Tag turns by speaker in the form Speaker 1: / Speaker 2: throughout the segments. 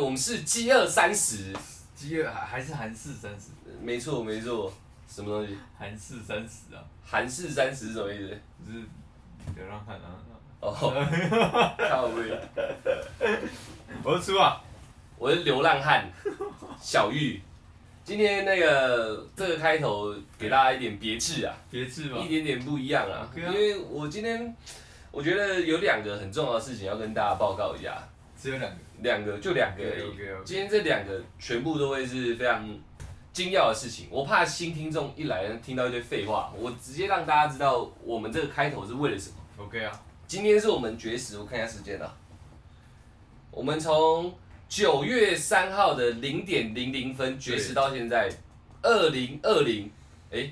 Speaker 1: 我们是饥饿三十，
Speaker 2: 饥饿还还是韩式三十，
Speaker 1: 没错没错，什么东西？
Speaker 2: 韩式三十啊，
Speaker 1: 韩式三十是什么意思？
Speaker 2: 就是流浪汉啊。
Speaker 1: 哦，靠背，
Speaker 2: 我是出啊，
Speaker 1: 我是流浪汉小玉。今天那个这个开头给大家一点别致啊，
Speaker 2: 别致吧
Speaker 1: 一。点点不一样啊，
Speaker 2: OK
Speaker 1: 因
Speaker 2: 啊
Speaker 1: 为我今天我觉得有两个很重要的事情要跟大家报告一下，
Speaker 2: 只有两个。
Speaker 1: 两个就两个而已。
Speaker 2: OK，OK，OK
Speaker 1: 今天这两个全部都会是非常精要的事情，我怕新听众一来听到一堆废话，我直接让大家知道我们这个开头是为了什么。
Speaker 2: OK 啊，
Speaker 1: 今天是我们绝食，我看一下时间啊，我们从九月三号的零点零零分绝食到现在二零二零，哎，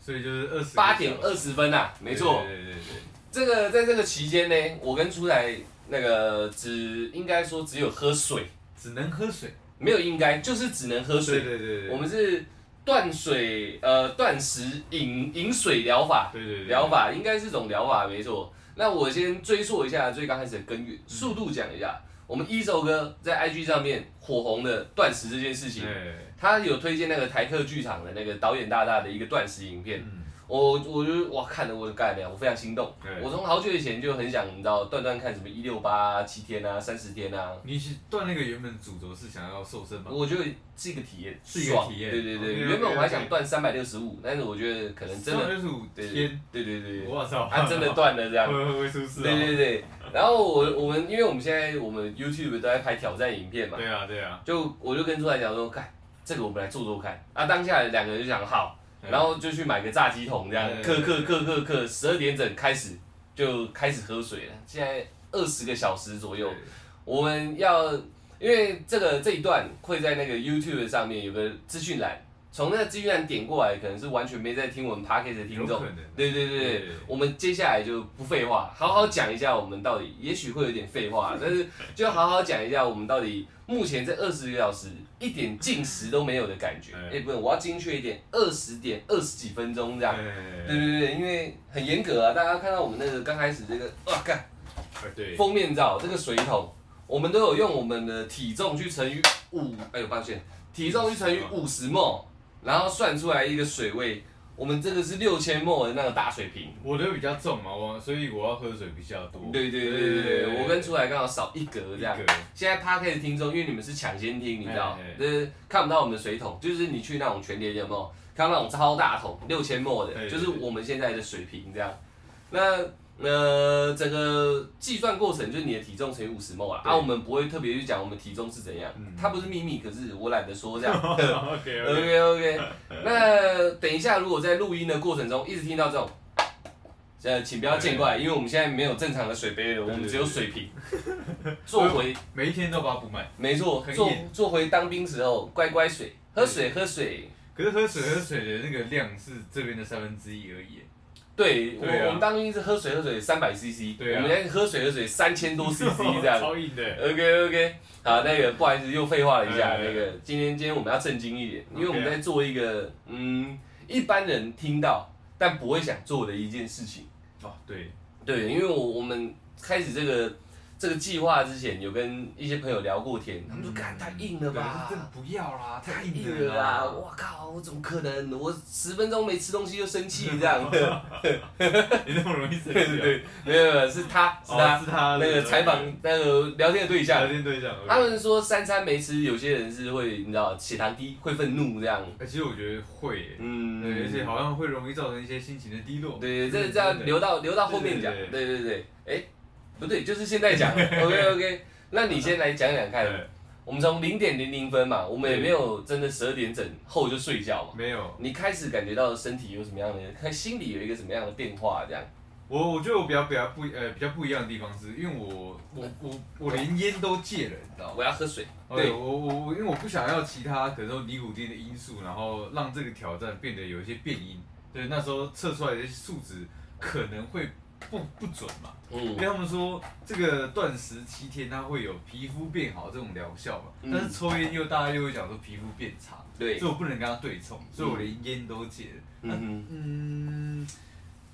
Speaker 2: 所以就是二十
Speaker 1: 八点二十分呐、啊，没错。
Speaker 2: 对对对对，
Speaker 1: 这个在这个期间呢，我跟初来那个只应该说只有喝水，
Speaker 2: 只能喝水。
Speaker 1: 没有应该就是只能喝水。
Speaker 2: 对对对对，
Speaker 1: 我们是断水呃断食饮饮水疗法，
Speaker 2: 对对对
Speaker 1: 疗法应该是种疗法没错。那我先追溯一下最刚开始的根
Speaker 2: 嗯
Speaker 1: 源，速度讲一下。我们一首歌在 IG 上面火红的断食这件事情，
Speaker 2: 对，
Speaker 1: 他有推荐那个台客剧场的那个导演大大的一个断食影片，
Speaker 2: 嗯，
Speaker 1: 我我就哇看了我就干了，我非常心动
Speaker 2: 对。
Speaker 1: 我从好久以前就很想，你知道断断看什么一六八七天啊、三十天啊，
Speaker 2: 你是断那个原本主轴是想要瘦身吗？
Speaker 1: 我觉得是一个体验，
Speaker 2: 是一个
Speaker 1: 爽
Speaker 2: 体验
Speaker 1: 对对对，
Speaker 2: OK，OK，OK 啊
Speaker 1: 原本我还想断三百六十五，但是我觉得可能真的，
Speaker 2: 六十五
Speaker 1: 对对
Speaker 2: 天，
Speaker 1: 对对对，对
Speaker 2: 我操，
Speaker 1: 他真的断了这样。
Speaker 2: 会会会出事
Speaker 1: 对
Speaker 2: 哦啊！
Speaker 1: 对对，然后我我们因为我们现在我们 YouTube 都在拍挑战影片嘛，
Speaker 2: 对啊对啊，
Speaker 1: 就我就跟出来讲说，看这个我们来做做看。啊，当下两个人就想好，
Speaker 2: 对
Speaker 1: 然后就去买个炸鸡桶这样，
Speaker 2: 对
Speaker 1: 克克
Speaker 2: 对对
Speaker 1: 克克克，十二点整开始就开始喝水了，现在二十个小时左右。我们要，因为这个这一段会在那个 YouTube 上面有个资讯栏，从那个资讯栏点过来，可能是完全没在听我们 Podcast 的听
Speaker 2: 有
Speaker 1: 众
Speaker 2: 可能。
Speaker 1: 对对对对
Speaker 2: 对，
Speaker 1: 我们接下来就不废话，好好讲一下我们到底，也许会有点废 话，但是就好好讲一下我们到底目前这二十个小时一点进食都没有的感觉。哎、
Speaker 2: 对
Speaker 1: 不对，我要精确一点，二十点二十几分钟这样。
Speaker 2: 对
Speaker 1: 对对对，因为很严格啊，大家看到我们那个刚开始这个，哇、干。
Speaker 2: 对对，
Speaker 1: 封面照这个水桶，我们都有用我们的体重去乘以五，哎呦抱歉，体重去乘以五十 m 然后算出来一个水位。我们这个是六千 m 的那个大水瓶。
Speaker 2: 我的比较重嘛，我所以我要喝水比较多。
Speaker 1: 对对对对对，我跟出来刚好少一格这 样
Speaker 2: 一格。
Speaker 1: 现在 p a r k 的听众，因为你们是抢先听，你知道
Speaker 2: 哎哎，
Speaker 1: 就是看不到我们的水桶，就是你去那种全联有没有看到那种超大桶六千 m
Speaker 2: 哎
Speaker 1: 的，
Speaker 2: 对
Speaker 1: 就是我们现在的水平这样。那呃，整个计算过程就是你的体重乘以五十 m 啦，
Speaker 2: 对
Speaker 1: 啊，我们不会特别去讲我们体重是怎样
Speaker 2: 嗯，
Speaker 1: 它不是秘密，可是我懒得说这样。
Speaker 2: OK OK，
Speaker 1: OK OK，那等一下，如果在录音的过程中一直听到这种，呃，请不要见怪，因为我们现在没有正常的水杯了，我们只有水 瓶。做回，
Speaker 2: 每一天都把它补满。
Speaker 1: 没错
Speaker 2: 可，以
Speaker 1: 做做回当兵时候乖乖水，喝水喝水。
Speaker 2: 可是喝水喝水的那个量是这边的三分之一而已。
Speaker 1: 对我
Speaker 2: 对啊
Speaker 1: 我们当兵是喝水喝水三百 CC，
Speaker 2: 对啊
Speaker 1: 我们现在喝水喝水三千多 CC 这样。
Speaker 2: 超硬的。
Speaker 1: OK OK，好，那个不好意思又废话了一下，
Speaker 2: 哎
Speaker 1: 那个今天今天我们要正经一点，因为我们
Speaker 2: OK 啊
Speaker 1: 在做一个嗯一般人听到但不会想做的一件事情。
Speaker 2: 哦，对，
Speaker 1: 对，因为我我们开始这个这个计划之前，有跟一些朋友聊过天，他们说：“干太硬了吧
Speaker 2: 嗯对，这不要啦，太
Speaker 1: 太
Speaker 2: 硬
Speaker 1: 硬了
Speaker 2: 了
Speaker 1: 啦！
Speaker 2: 啦。
Speaker 1: 我靠，我怎么可能？我十分钟没吃东西就生气这 样？
Speaker 2: 你那么容易生
Speaker 1: 对对
Speaker 2: 气啊？
Speaker 1: 对，没有没有，是他是
Speaker 2: 哦
Speaker 1: 他
Speaker 2: 是他
Speaker 1: 那个采访那个聊天的对象
Speaker 2: 聊，天对象。
Speaker 1: 他们说三餐没吃，有些人是会你知道血糖低，会愤怒这样。
Speaker 2: 哎，其实我觉得会，
Speaker 1: 嗯，
Speaker 2: 对，而且好像会容易造成一些心情的低落。
Speaker 1: 对，这这样留到留到后面讲。对
Speaker 2: 对
Speaker 1: 对对，哎，不对，就是现 在讲。OK OK，那你先来讲讲看。
Speaker 2: 对，
Speaker 1: 我们从零点零零分嘛，我们也
Speaker 2: 对
Speaker 1: 没有真的十二点整后就睡觉嘛。
Speaker 2: 没有，
Speaker 1: 你开始感觉到身体有什么样的，看心里有一个什么样的变化，这样。
Speaker 2: 我我觉得我比较比较不呃比较不一样的地方是，因为我我我我连烟都戒了，你知道吗？
Speaker 1: 哦我要喝水。
Speaker 2: 对，
Speaker 1: 对，
Speaker 2: 我我我因为我不想要其他可能说尼古丁的因素，然后让这个挑战变得有一些变音。对，那时候测出来的数值可能会不不准嘛，因
Speaker 1: 嗯，
Speaker 2: 为他们说这个断食七天它会有皮肤变好这种疗效嘛，
Speaker 1: 嗯
Speaker 2: 但是抽烟又大家又会讲说皮肤变差，
Speaker 1: 对嗯
Speaker 2: 所以，我不能跟它对冲，所以我连烟都戒了。
Speaker 1: 嗯哼，
Speaker 2: 嗯，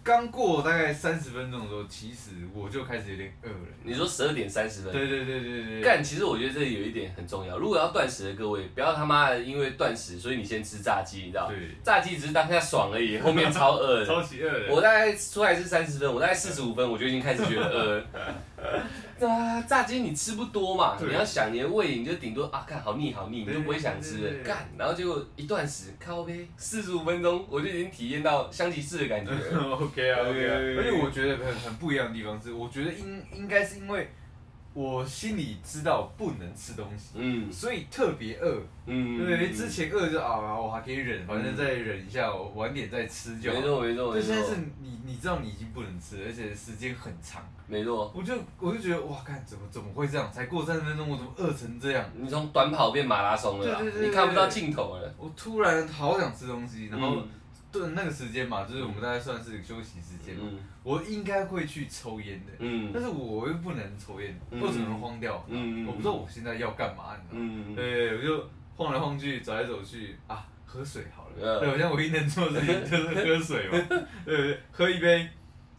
Speaker 2: 刚过大概三十分钟的时候，其实我就开始有点饿了。
Speaker 1: 你说十二点三十分，
Speaker 2: 对对对对对对，
Speaker 1: 干，其实我觉得这有一点很重要。如果要断食的各位，不要他妈的因为断食，所以你先吃炸鸡，你知道？
Speaker 2: 对，
Speaker 1: 炸鸡只是当下爽而已，后面 超饿的。
Speaker 2: 超级饿的。
Speaker 1: 我大概出来是三十分，我大概四十五分，我就已经开始觉得饿了。那炸鸡你吃不多嘛，
Speaker 2: 对
Speaker 1: 你要想你的胃，你就顶多啊，看好腻好腻，你
Speaker 2: 对
Speaker 1: 就不会想吃
Speaker 2: 对
Speaker 1: 了
Speaker 2: 对。对
Speaker 1: 干，然后结果一断食，靠呗，四十五分钟我就已经体验到香吉士的感觉了。
Speaker 2: OK 啊 OK 啊，
Speaker 1: 对
Speaker 2: 而且我觉得很很不一样的地方是，我觉得应应该是因为我心里知道不能吃东西，
Speaker 1: 嗯
Speaker 2: 所以特别饿。
Speaker 1: 嗯，
Speaker 2: 对，之前饿就啊，我还可以忍，反正再忍一下，我晚点再吃就
Speaker 1: 没
Speaker 2: 好。
Speaker 1: 错没错
Speaker 2: 但
Speaker 1: 没
Speaker 2: 现在是
Speaker 1: 错
Speaker 2: 你你知道你已经不能吃了，而且时间很长，
Speaker 1: 没错。
Speaker 2: 我就我就觉得哇，看怎么怎么会这样？才过三十分钟，我怎么饿成这样？
Speaker 1: 你从短跑变马拉松了啦，
Speaker 2: 对对对对
Speaker 1: 你看不到尽头了。
Speaker 2: 我突然好想吃东西，然后
Speaker 1: 嗯
Speaker 2: 顿那个时间嘛，就是我们大概算是休息时间嘛，
Speaker 1: 嗯
Speaker 2: 我应该会去抽烟的，但
Speaker 1: 嗯
Speaker 2: 是我又不能抽烟，
Speaker 1: 嗯
Speaker 2: 我只能慌掉，
Speaker 1: 嗯
Speaker 2: 我不知道我现在要干嘛，你知道吗？
Speaker 1: 嗯，
Speaker 2: 对，我就晃来晃去，走来走去啊，喝水好了。
Speaker 1: 嗯
Speaker 2: 对，我现在唯一能做的事情就是喝水嘛，对对对？喝一杯，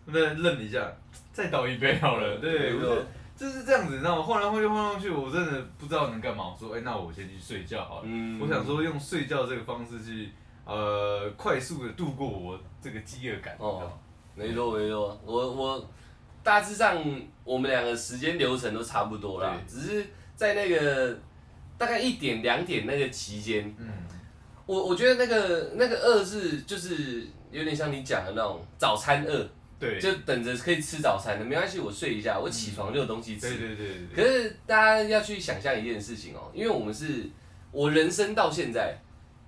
Speaker 2: 那愣一下，再倒一杯好了。对，
Speaker 1: 没
Speaker 2: 我
Speaker 1: 错
Speaker 2: 就就是这样子，你知道吗？晃来晃去，晃来晃去，我真的不知道能干嘛。我说，哎，那我先去睡觉好了。
Speaker 1: 嗯
Speaker 2: 我想，说用睡觉这个方式去呃快速的度过我这个饥饿感。
Speaker 1: 哦没错没错，我我大致上我们两个时间流程都差不多啦，只是在那个大概一点两点那个期间，
Speaker 2: 嗯，
Speaker 1: 我我觉得那个那个饿是就是有点像你讲的那种早餐饿，
Speaker 2: 对，
Speaker 1: 就等着可以吃早餐的，没关系，我睡一下，我起床就有东西吃。
Speaker 2: 对对对对
Speaker 1: 可
Speaker 2: 对，
Speaker 1: 是大家要去想象一件事情哦，因为我们是我人生到现在，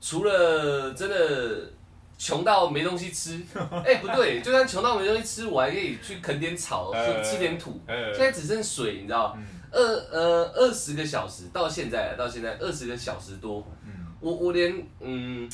Speaker 1: 除了真的穷到没东西吃， 哎、不对，就算穷到没东西吃，我还可以去啃点草，
Speaker 2: 呃
Speaker 1: 喝吃点土。
Speaker 2: 呃
Speaker 1: 现在只剩水，你知道，
Speaker 2: 嗯
Speaker 1: 二呃二十个小时到现在到现在二十个小时多，
Speaker 2: 嗯，
Speaker 1: 我我连嗯，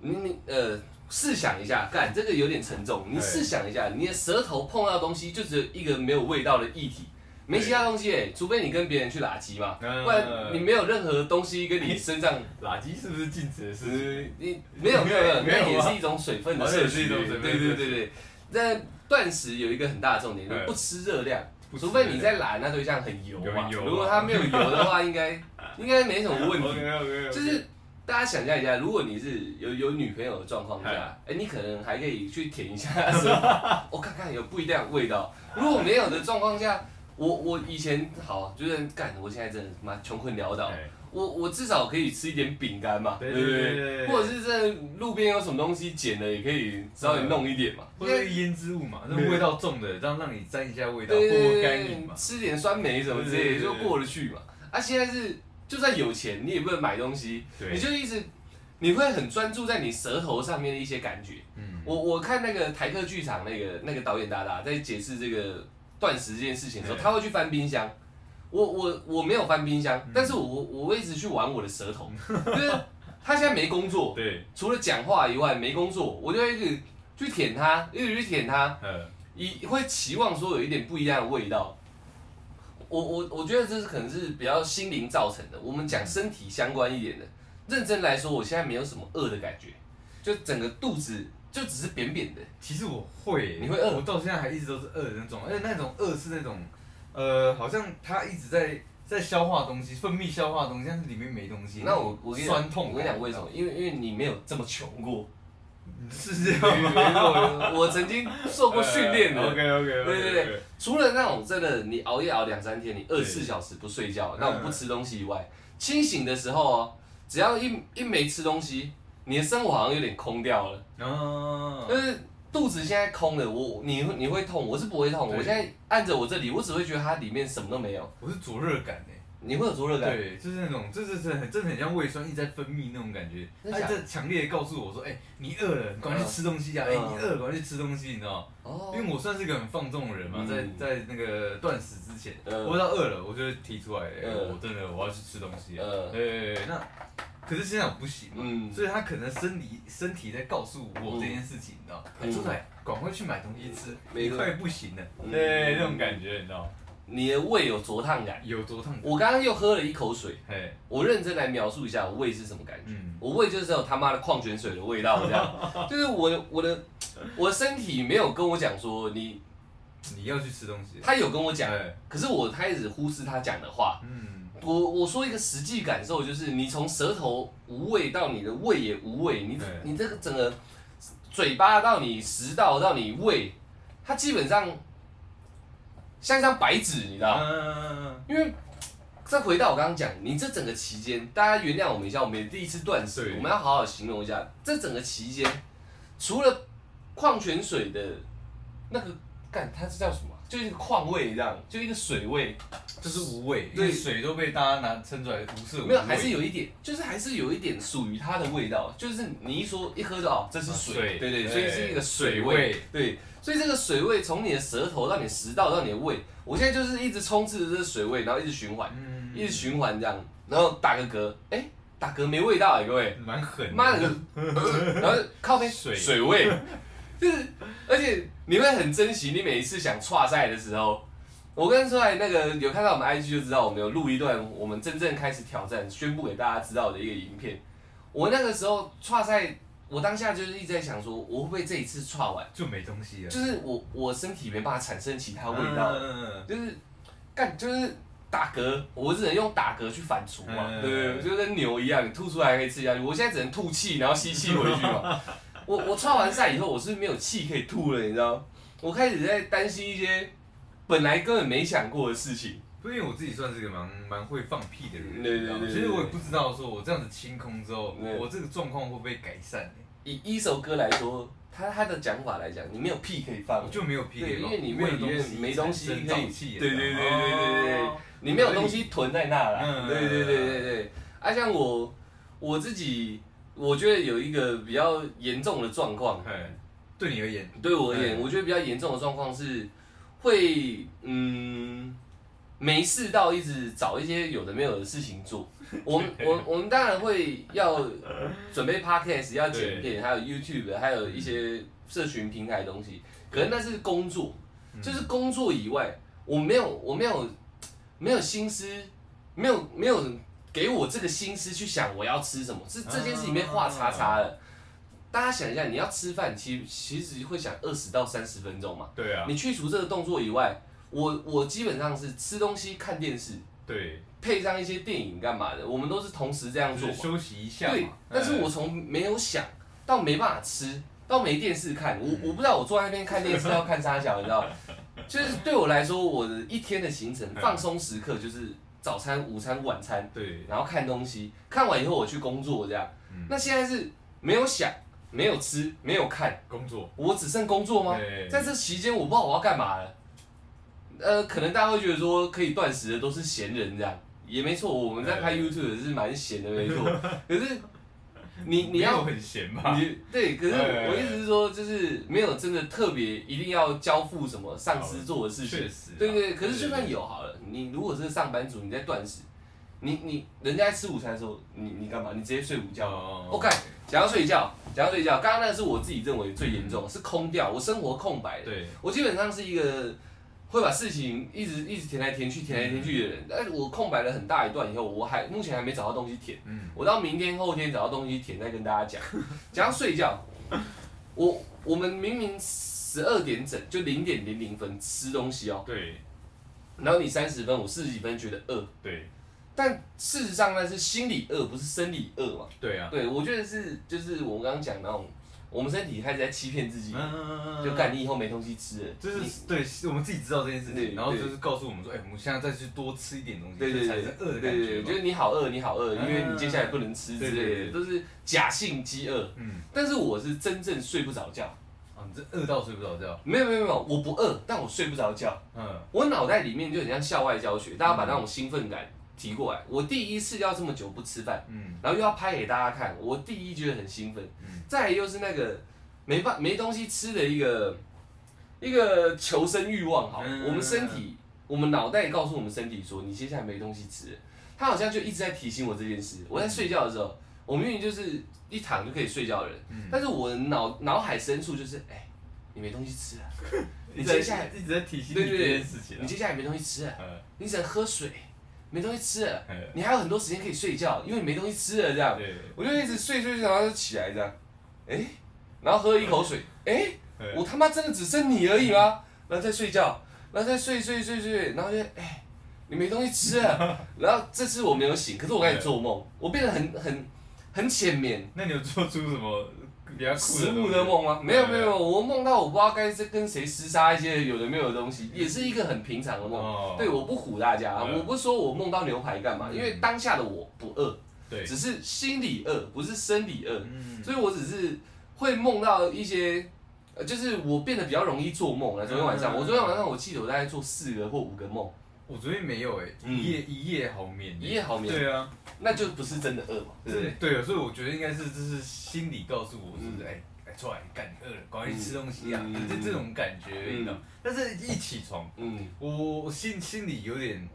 Speaker 1: 你你呃。试想一下，干这个有点沉重。你
Speaker 2: 对
Speaker 1: 试想一下，你的舌头碰到东西就只有一个没有味道的液体，没其他东西、欸，除非你跟别人去拉鸡嘛，
Speaker 2: 嗯哎
Speaker 1: 不然你没有任何东西跟你身上，
Speaker 2: 垃圾是不是禁止的事情？
Speaker 1: 嗯你没有没有没有，
Speaker 2: 没有
Speaker 1: 那也
Speaker 2: 啊
Speaker 1: 是一种水分的
Speaker 2: 好像
Speaker 1: 摄
Speaker 2: 也是
Speaker 1: 取，
Speaker 2: 一种
Speaker 1: 对
Speaker 2: 水分
Speaker 1: 对对
Speaker 2: 摄取
Speaker 1: 对对。但断食有一个很大的重点，就是
Speaker 2: 对
Speaker 1: 不吃热量，
Speaker 2: 不吃
Speaker 1: 除非你
Speaker 2: 热量
Speaker 1: 在拉那对象很油嘛
Speaker 2: 有，油啊
Speaker 1: 如果他没有油的话，应该应该没什么 问题。
Speaker 2: OK，
Speaker 1: 就是大家想象一下，如果你是有有女朋友的状况下，哎、你可能还可以去舔一下她 舌头，我、哦看看有不一样的味道。如果没有的状况下，我我以前好就是干，我现在真的他妈穷困潦
Speaker 2: 哎
Speaker 1: 倒，我我至少可以吃一点饼干嘛，
Speaker 2: 对
Speaker 1: 不
Speaker 2: 对对对
Speaker 1: 或者是这路边有什么东西捡了，也可以稍微弄一点嘛，
Speaker 2: 或者腌制物嘛，那
Speaker 1: 对
Speaker 2: 种味道重的，让让你沾一下味道，
Speaker 1: 对对
Speaker 2: 过
Speaker 1: 对
Speaker 2: 干
Speaker 1: 对
Speaker 2: 瘾嘛。
Speaker 1: 吃点酸梅什么之类的
Speaker 2: 对对对
Speaker 1: 就
Speaker 2: 对
Speaker 1: 过得去嘛。啊，现在是就算有钱，你也不能买东西，
Speaker 2: 对
Speaker 1: 你，就一直，你会很专注在你舌头上面的一些感觉。
Speaker 2: 嗯，
Speaker 1: 我我看那个台客剧场那个那个导演大大在解释这个断食这件事情的时候，
Speaker 2: 对
Speaker 1: 他会去翻冰箱。我我我没有翻冰箱
Speaker 2: 嗯，
Speaker 1: 但是我我我会一直去玩我的舌头，就是他现在没工作，
Speaker 2: 对，
Speaker 1: 除了讲话以外没工作，我就一直去舔它，一直去舔它，
Speaker 2: 呃，
Speaker 1: 以会期望说有一点不一样的味道。我我我觉得这是可能是比较心灵造成的。我们讲身体相关一点的，认真来说，我现在没有什么饿的感觉，就整个肚子就只是扁扁的。
Speaker 2: 其实我会，
Speaker 1: 你会饿
Speaker 2: 我到现在还一直都是饿的那种，而哎且那种饿是那种，呃，好像它一直在在消化东西，分泌消化东西，但是里面没东西。
Speaker 1: 那我我跟你讲
Speaker 2: 嗯酸痛，啊
Speaker 1: 我跟你讲为什么？因为因为你没有这么穷 过。
Speaker 2: 是啊呃这 样吗？
Speaker 1: 我我曾经受过训练 的。
Speaker 2: OK OK，
Speaker 1: 对对对，除了那种真的你熬夜熬两三天，你二十四
Speaker 2: 对
Speaker 1: 小时不睡觉，那种不吃东西以外，清醒的时候哦，只要一一没吃东西，你的生活好像有点空掉了，
Speaker 2: 嗯，
Speaker 1: 就是肚子现在空了，我你会你会痛，我是不会痛，
Speaker 2: 对
Speaker 1: 我现在按着我这里，我只会觉得它里面什么都没有，
Speaker 2: 我是灼热感诶。
Speaker 1: 你会有灼热感，
Speaker 2: 对，就是那种，这是真的很，真的很像胃酸一直在分泌那种感觉。
Speaker 1: 真
Speaker 2: 他
Speaker 1: 假的
Speaker 2: 这强烈地告诉我说：“哎、你饿了，赶快去吃东西啊！哎、
Speaker 1: 嗯
Speaker 2: 你饿了，赶快去吃东西，你知道吗？
Speaker 1: 哦，
Speaker 2: 因为我算是个很放纵的人嘛，
Speaker 1: 嗯
Speaker 2: 在在那个断食之前，
Speaker 1: 嗯
Speaker 2: 我只要饿了，我就会提出来，哎、
Speaker 1: 嗯
Speaker 2: 我真的我要去吃东西了。
Speaker 1: 呃，
Speaker 2: 对对对，那可是现在我不行嘛，
Speaker 1: 嗯
Speaker 2: 所以他可能生理身体在告诉我这件事情，你知道吗？哎
Speaker 1: 嗯
Speaker 2: 出来赶快去买东西吃，
Speaker 1: 没
Speaker 2: 你
Speaker 1: 错
Speaker 2: 快不行了，
Speaker 1: 嗯
Speaker 2: 对，那种感觉，你知道吗？
Speaker 1: 你的胃有灼烫感，
Speaker 2: 有多痛苦？
Speaker 1: 我刚刚又喝了一口水，
Speaker 2: 哎，
Speaker 1: 我认真来描述一下我胃是什么感觉。
Speaker 2: 嗯，
Speaker 1: 我胃就是有他妈的矿泉水的味道，这样，就是我的我的我身体没有跟我讲说你，
Speaker 2: 你要去吃东西。
Speaker 1: 他有跟我讲，
Speaker 2: 哎，
Speaker 1: 可是我开始忽视他讲的话。
Speaker 2: 嗯，
Speaker 1: 我我说一个实际感受，就是你从舌头无味到你的胃也无味，你
Speaker 2: 对
Speaker 1: 你这个整个嘴巴到你食道到你胃，它基本上像一张白纸，你知道吗？
Speaker 2: 嗯，
Speaker 1: 因为再回到我刚刚讲，你这整个期间，大家原谅我们一下，我们也第一次断食
Speaker 2: 对，
Speaker 1: 我们要好好形容一下这整个期间，除了矿泉水的那个干，它是叫什么啊？就是一个矿味这样，就一个水味，
Speaker 2: 就是无味，因
Speaker 1: 对
Speaker 2: 为水都被大家拿称出来无色无味。
Speaker 1: 没有，还是有一点，就是还是有一点属于它的味道，就是你一说一喝就哦，这是水，
Speaker 2: 啊水
Speaker 1: 对对，
Speaker 2: 对
Speaker 1: 所以是一个水
Speaker 2: 水
Speaker 1: 味，
Speaker 2: 味
Speaker 1: 对，所以这个水味从你的舌头到你的食道到你的胃，我现在就是一直充斥着这个水味，然后一直循环。
Speaker 2: 嗯，
Speaker 1: 一直循环这样，然后打个嗝，哎、打嗝没味道哎、各位，
Speaker 2: 蛮狠的。
Speaker 1: 妈的，呃然后靠背
Speaker 2: 水
Speaker 1: 水味，就是，而且你会很珍惜你每一次想岔赛的时候。我跟出来那个有看到我们 IG 就知道，我们有录一段我们真正开始挑战、宣布给大家知道的一个影片。我那个时候岔赛，我当下就是一直在想说，我会不会这一次岔完，
Speaker 2: 就没东西了。
Speaker 1: 就是我我身体没办法产生其他味道了。
Speaker 2: 嗯嗯
Speaker 1: 就是干就是打嗝，我只能用打嗝去反刍嘛，
Speaker 2: 嗯
Speaker 1: 对不对？就跟牛一样，你吐出来还可以吃下去。我现在只能吐气，然后吸气回去嘛。我我穿完赛以后，我是没有气可以吐了，你知道？我开始在担心一些本来根本没想过的事情。
Speaker 2: 嗯因为我自己算是个蛮蛮会放屁的人，
Speaker 1: 对对
Speaker 2: 你知道吗
Speaker 1: 对对
Speaker 2: 其实我也不知道，说我这样子清空之后，
Speaker 1: 对
Speaker 2: 我这个状况会不会改善？
Speaker 1: 以一首歌来说，他他的讲法来讲，你没有屁可以放
Speaker 2: 我，就没有屁可以
Speaker 1: 对
Speaker 2: 放，
Speaker 1: 因为你
Speaker 2: 没
Speaker 1: 胃
Speaker 2: 有
Speaker 1: 里面没东西
Speaker 2: 产生
Speaker 1: 可以
Speaker 2: 胀气了
Speaker 1: 对对对对对对
Speaker 2: 哦
Speaker 1: 你没有东西囤在那啦。
Speaker 2: 嗯
Speaker 1: 对对对对对。啊，像我我自己，我觉得有一个比较严重的状况，
Speaker 2: 哎，对你而言，
Speaker 1: 对我而言，
Speaker 2: 嗯
Speaker 1: 我觉得比较严重的状况是会嗯没事到一直找一些有的没有的事情做。我们我我们当然会要准备 podcast，要剪片，还有 YouTube，还有一些社群平台的东西。可能那是工作，
Speaker 2: 嗯
Speaker 1: 就是工作以外，我没有我没有没有心思，没有没有给我这个心思去想我要吃什么，这这件事情被
Speaker 2: 啊
Speaker 1: 画叉叉了。大家想一下，你要吃饭，其其实会想二十到三十分钟嘛。
Speaker 2: 对啊，
Speaker 1: 你去除这个动作以外，我我基本上是吃东西、看电视，
Speaker 2: 对，
Speaker 1: 配上一些电影干嘛的，我们都是同时这样
Speaker 2: 就
Speaker 1: 做
Speaker 2: 是
Speaker 1: 嘛。
Speaker 2: 休息一下嘛。
Speaker 1: 对
Speaker 2: 哎，
Speaker 1: 但是我从没有想到没办法吃，到没电视看，我
Speaker 2: 嗯
Speaker 1: 我不知道我坐在那边看电视要看啥小，你知道？就是对我来说，我的一天的行程
Speaker 2: 嗯
Speaker 1: 放松时刻就是早餐、午餐、晚餐，
Speaker 2: 对，
Speaker 1: 然后看东西，看完以后我去工作这样
Speaker 2: 嗯。
Speaker 1: 那现在是没有想、没有吃、没有看，
Speaker 2: 工作
Speaker 1: 我只剩工作吗？
Speaker 2: 对
Speaker 1: 在这期间，我不知道我要干嘛了。呃，可能大家会觉得说，可以断食的都是闲人这样，也没错。我们在拍
Speaker 2: 哎
Speaker 1: YouTube 也是蛮闲的，没错。 可是你你
Speaker 2: 没
Speaker 1: 要
Speaker 2: 有很闲吧？
Speaker 1: 你对，可是
Speaker 2: 哎
Speaker 1: 我意思是说，就是没有真的特别一定要交付什么上司做的事情
Speaker 2: 确。实啊，
Speaker 1: 对对，对哦可是就算有好了，你如果是上班族，你在断食，你你人家在吃午餐的时候，你你干嘛？你直接睡午觉吗。
Speaker 2: 哦
Speaker 1: OK，想要睡觉，想要睡觉。刚刚那个是我自己认为最严重的，是空掉，我生活空白的。
Speaker 2: 对，
Speaker 1: 我基本上是一个会把事情一直一直填来填去、填来填去的人，但是我空白了很大一段以后，我还目前还没找到东西填。
Speaker 2: 嗯，
Speaker 1: 我到明天、后天找到东西填再跟大家讲。讲到睡觉，我我们明明十二点整就零点零零分吃东西哦，
Speaker 2: 对
Speaker 1: 然后你三十分，我四十几分觉得饿，
Speaker 2: 对
Speaker 1: 但事实上那是心理饿，不是生理饿嘛。
Speaker 2: 对啊，
Speaker 1: 对，我觉得是就是我刚刚讲那种，我们身体开始在欺骗自己，
Speaker 2: 嗯
Speaker 1: 就干你以后没东西吃了，
Speaker 2: 就
Speaker 1: 你
Speaker 2: 是对我们自己知道这件事
Speaker 1: 对
Speaker 2: 情，然后
Speaker 1: 对
Speaker 2: 就是告诉我们说，哎，我们现在再去多吃一点东西，
Speaker 1: 对对
Speaker 2: 就
Speaker 1: 对
Speaker 2: 产生饿
Speaker 1: 对
Speaker 2: 的感
Speaker 1: 对
Speaker 2: 觉
Speaker 1: 对，就
Speaker 2: 嘛。
Speaker 1: 是你好饿，你好饿，因为
Speaker 2: 嗯
Speaker 1: 你接下来不能吃之
Speaker 2: 对
Speaker 1: 类
Speaker 2: 对
Speaker 1: 的，
Speaker 2: 对
Speaker 1: 都是假性饥饿。
Speaker 2: 嗯，
Speaker 1: 但是我是真正睡不着觉，
Speaker 2: 啊，你这饿到睡不着觉，
Speaker 1: 没有没有没有，我不饿，但我睡不着觉。
Speaker 2: 嗯，
Speaker 1: 我脑袋里面就很像校外教学，大家把那种兴奋感提过来。我第一次要这么久不吃饭，
Speaker 2: 嗯
Speaker 1: 然后又要拍给大家看，我第一觉得很兴奋。
Speaker 2: 嗯
Speaker 1: 再来又是那个没办没东西吃的一个一个求生欲望好了，
Speaker 2: 嗯
Speaker 1: 我们身体，我们脑袋告诉我们身体说，你接下来没东西吃了，他好像就一直在提醒我这件事。我在睡觉的时候，我明明就是一躺就可以睡觉的人，
Speaker 2: 嗯，
Speaker 1: 但是我脑脑海深处就是，哎、你没东西吃了，你
Speaker 2: 一直在
Speaker 1: 接下来
Speaker 2: 一直在提醒
Speaker 1: 对
Speaker 2: 你
Speaker 1: 对
Speaker 2: 这
Speaker 1: 对
Speaker 2: 件事情
Speaker 1: 你
Speaker 2: 啊，
Speaker 1: 接下来没东西吃了，
Speaker 2: 嗯
Speaker 1: 你只能喝水，没东西吃了，
Speaker 2: 嗯，
Speaker 1: 你还有很多时间可以睡觉，因为你没东西吃了这样。
Speaker 2: 对，
Speaker 1: 我就一直睡睡睡，然后就起来这样，哎、然后喝一口水，哎、
Speaker 2: 对
Speaker 1: 我他妈真的只剩你而已吗？然后再睡觉，然后再睡睡睡睡，然后就哎、你没东西吃 了。然后这次我没有醒，可是我开始做梦，我变得很很很浅眠，
Speaker 2: 那你有做出什么比较酷
Speaker 1: 食
Speaker 2: 的东
Speaker 1: 物
Speaker 2: 西
Speaker 1: 的？梦吗？没有没有，没
Speaker 2: 对
Speaker 1: 有，我梦到我不知道该是跟谁厮杀一些有的没有的东西，也是一个很平常的梦。
Speaker 2: 哦，
Speaker 1: 对，我不唬大家啊，
Speaker 2: 嗯
Speaker 1: 我不是说我梦到牛排干嘛，因为当下的我不饿，
Speaker 2: 对，
Speaker 1: 只是心里饿，不是生理饿。
Speaker 2: 嗯，
Speaker 1: 所以我只是会梦到一些，呃，就是我变得比较容易做梦了。啊昨天晚上，
Speaker 2: 嗯
Speaker 1: 我昨天晚上我记得我大概做四个或五个梦，
Speaker 2: 我昨天没有哎，
Speaker 1: 嗯
Speaker 2: 一夜一夜好眠欸，
Speaker 1: 一夜好眠
Speaker 2: 对啊，
Speaker 1: 那就不是真的饿嘛，对不
Speaker 2: 对
Speaker 1: 对？
Speaker 2: 对，所以我觉得应该是这是心理告诉我，是不
Speaker 1: 嗯
Speaker 2: 是？哎哎，出来干你饿了，赶快去吃东西啊，
Speaker 1: 嗯
Speaker 2: 这这种感觉，
Speaker 1: 嗯
Speaker 2: 你知道吗？但是一起床，
Speaker 1: 嗯，
Speaker 2: 我我心心里有点，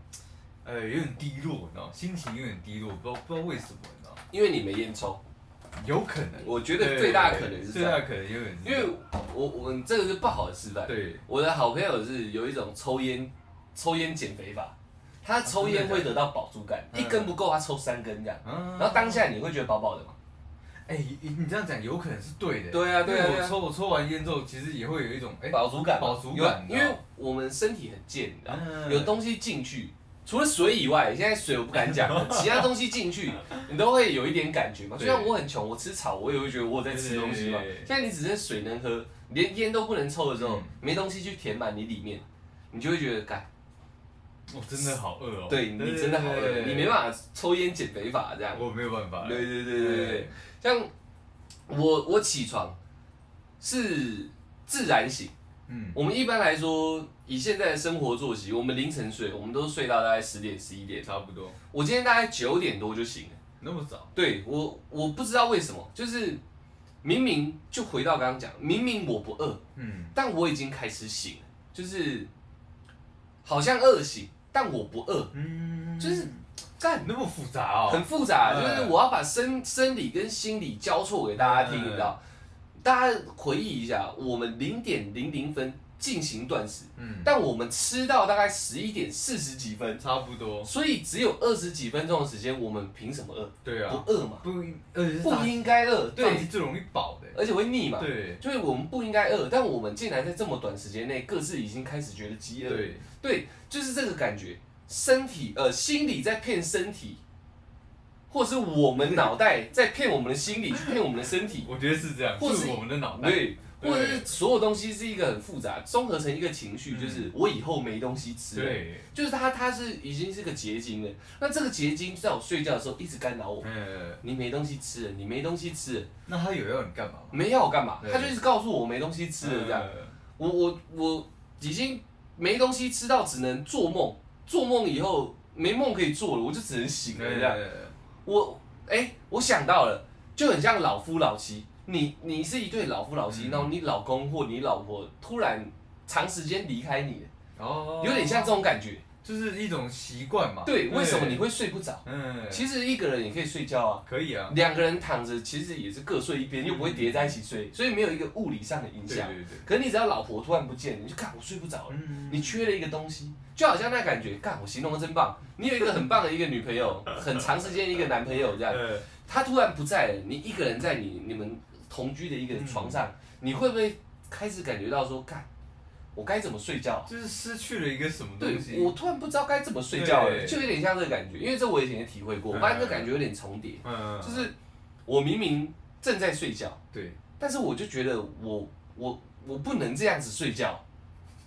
Speaker 2: 呃，有点低落，你知道吗？心情有点低落，不知道不知道为什么，你知道吗？
Speaker 1: 因为你没烟抽，
Speaker 2: 有可能，
Speaker 1: 我觉得最大可能是
Speaker 2: 最
Speaker 1: 这样
Speaker 2: 大，可能有点是
Speaker 1: 因为我我们这个是不好的示范。
Speaker 2: 对
Speaker 1: 我的好朋友是有一种抽烟抽烟减肥法，他抽
Speaker 2: 啊
Speaker 1: 烟会得到饱足感，
Speaker 2: 嗯
Speaker 1: 一根不够他抽三根这样，
Speaker 2: 嗯
Speaker 1: 然后当下你会觉得饱饱的嘛？
Speaker 2: 哎、你你这样讲有可能是对的。
Speaker 1: 对啊对啊
Speaker 2: 因为
Speaker 1: 对啊
Speaker 2: 我抽我抽完烟之后，其实也会有一种哎，
Speaker 1: 饱足感嘛，
Speaker 2: 饱足感
Speaker 1: 有因为我们身体很健，你知道吗
Speaker 2: 嗯
Speaker 1: 有东西进去，除了水以外，现在水我不敢讲 了，其他东西进去，你都会有一点感觉嘛。就
Speaker 2: 对
Speaker 1: 像我很穷，我吃草，我也会觉得我有在吃东西嘛
Speaker 2: 对对对。对
Speaker 1: 现在你只剩水能喝，连烟都不能抽的时候
Speaker 2: 嗯，
Speaker 1: 没东西去填满你里面，你就会觉得，干，
Speaker 2: 我、真的好饿哦。
Speaker 1: 对你真的好饿，你没
Speaker 2: 法，
Speaker 1: 办法抽烟减肥法这样。
Speaker 2: 我没有办法。
Speaker 1: 对对对对对，
Speaker 2: 哎
Speaker 1: 像我我起床是自然醒。
Speaker 2: 嗯，
Speaker 1: 我们一般来说，以现在的生活作息，我们凌晨睡，我们都睡到大概十点、十一点。
Speaker 2: 差不多
Speaker 1: 我今天大概九点多就醒了。
Speaker 2: 那么早。
Speaker 1: 对我，我不知道为什么，就是明明就回到刚刚讲，明明我不饿，
Speaker 2: 嗯，
Speaker 1: 但我已经开始醒了，就是好像饿醒，但我不饿，
Speaker 2: 嗯，
Speaker 1: 就是干
Speaker 2: 那么复杂哦。
Speaker 1: 很复杂，
Speaker 2: 嗯
Speaker 1: 就是我要把生生理跟心理交错给大家听，
Speaker 2: 嗯
Speaker 1: 你知道？大家回忆一下，我们零点零零分进行断食，
Speaker 2: 嗯，
Speaker 1: 但我们吃到大概十一点四十几分，
Speaker 2: 差不多。
Speaker 1: 所以只有二十几分钟的时间，我们凭什么饿？
Speaker 2: 对啊，
Speaker 1: 不饿嘛，
Speaker 2: 不应，而且是
Speaker 1: 不
Speaker 2: 炸
Speaker 1: 应呃该饿，
Speaker 2: 炸
Speaker 1: 对
Speaker 2: 鸡，最容易饱的。
Speaker 1: 而且会腻嘛，
Speaker 2: 对
Speaker 1: 就是我们不应该饿，但我们竟然在这么短时间内各自已经开始觉得饥饿，
Speaker 2: 对，
Speaker 1: 对，就是这个感觉，身体呃心理在骗身体，或者是我们脑袋在骗我们的心理，去骗我们的身体，
Speaker 2: 我觉得是这样，
Speaker 1: 或是
Speaker 2: 是我们的脑袋。
Speaker 1: 对，
Speaker 2: 对
Speaker 1: 或者是所有东西是一个很复杂，综合成一个情绪，
Speaker 2: 嗯
Speaker 1: 就是我以后没东西吃了。
Speaker 2: 对，
Speaker 1: 就是它，它是已经是个结晶了。那这个结晶在我睡觉的时候一直干扰我，
Speaker 2: 呃，
Speaker 1: 你没东西吃了，你没东西吃了，
Speaker 2: 那他有要你干嘛吗？
Speaker 1: 没要我干嘛？
Speaker 2: 对
Speaker 1: 他就一直告诉我没东西吃了这样。
Speaker 2: 呃
Speaker 1: 我我我已经没东西吃到只能做梦，做梦以后没梦可以做了，我就只能醒了
Speaker 2: 对
Speaker 1: 这样。
Speaker 2: 对
Speaker 1: 我哎、我想到了，就很像老夫老妻。你你是一对老夫老妻，
Speaker 2: 嗯
Speaker 1: 然后你老公或你老婆突然长时间离开你了，
Speaker 2: 哦，
Speaker 1: 有点像这种感觉。
Speaker 2: 就是一种习惯嘛。
Speaker 1: 对，为什么你会睡不着？
Speaker 2: 嗯，
Speaker 1: 其实一个人也可以睡觉啊，
Speaker 2: 可以啊，
Speaker 1: 两个人躺着其实也是各睡一边，又不会叠在一起睡，所以没有一个物理上的影
Speaker 2: 嗯对
Speaker 1: 响。
Speaker 2: 对对，
Speaker 1: 可是你只要老婆突然不见，你就看我睡不着了，
Speaker 2: 嗯
Speaker 1: 你缺了一个东西，就好像那感觉，干我形容的真棒，你有一个很棒的一个女朋友，很长时间一个男朋友这样，
Speaker 2: 呃，
Speaker 1: 他突然不在了，你一个人在你你们同居的一个床上，
Speaker 2: 嗯
Speaker 1: 你会不会开始感觉到说，干我该怎么睡觉啊、
Speaker 2: 就是失去了一个什么
Speaker 1: 对
Speaker 2: 东西。
Speaker 1: 我突然不知道该怎么睡觉了，
Speaker 2: 对
Speaker 1: 就有点像这个感觉，因为这我以前也体会过，我
Speaker 2: 嗯
Speaker 1: 发现这感觉有点重叠，
Speaker 2: 嗯，
Speaker 1: 就是我明明正在睡觉，
Speaker 2: 对，
Speaker 1: 但是我就觉得我我我不能这样子睡觉，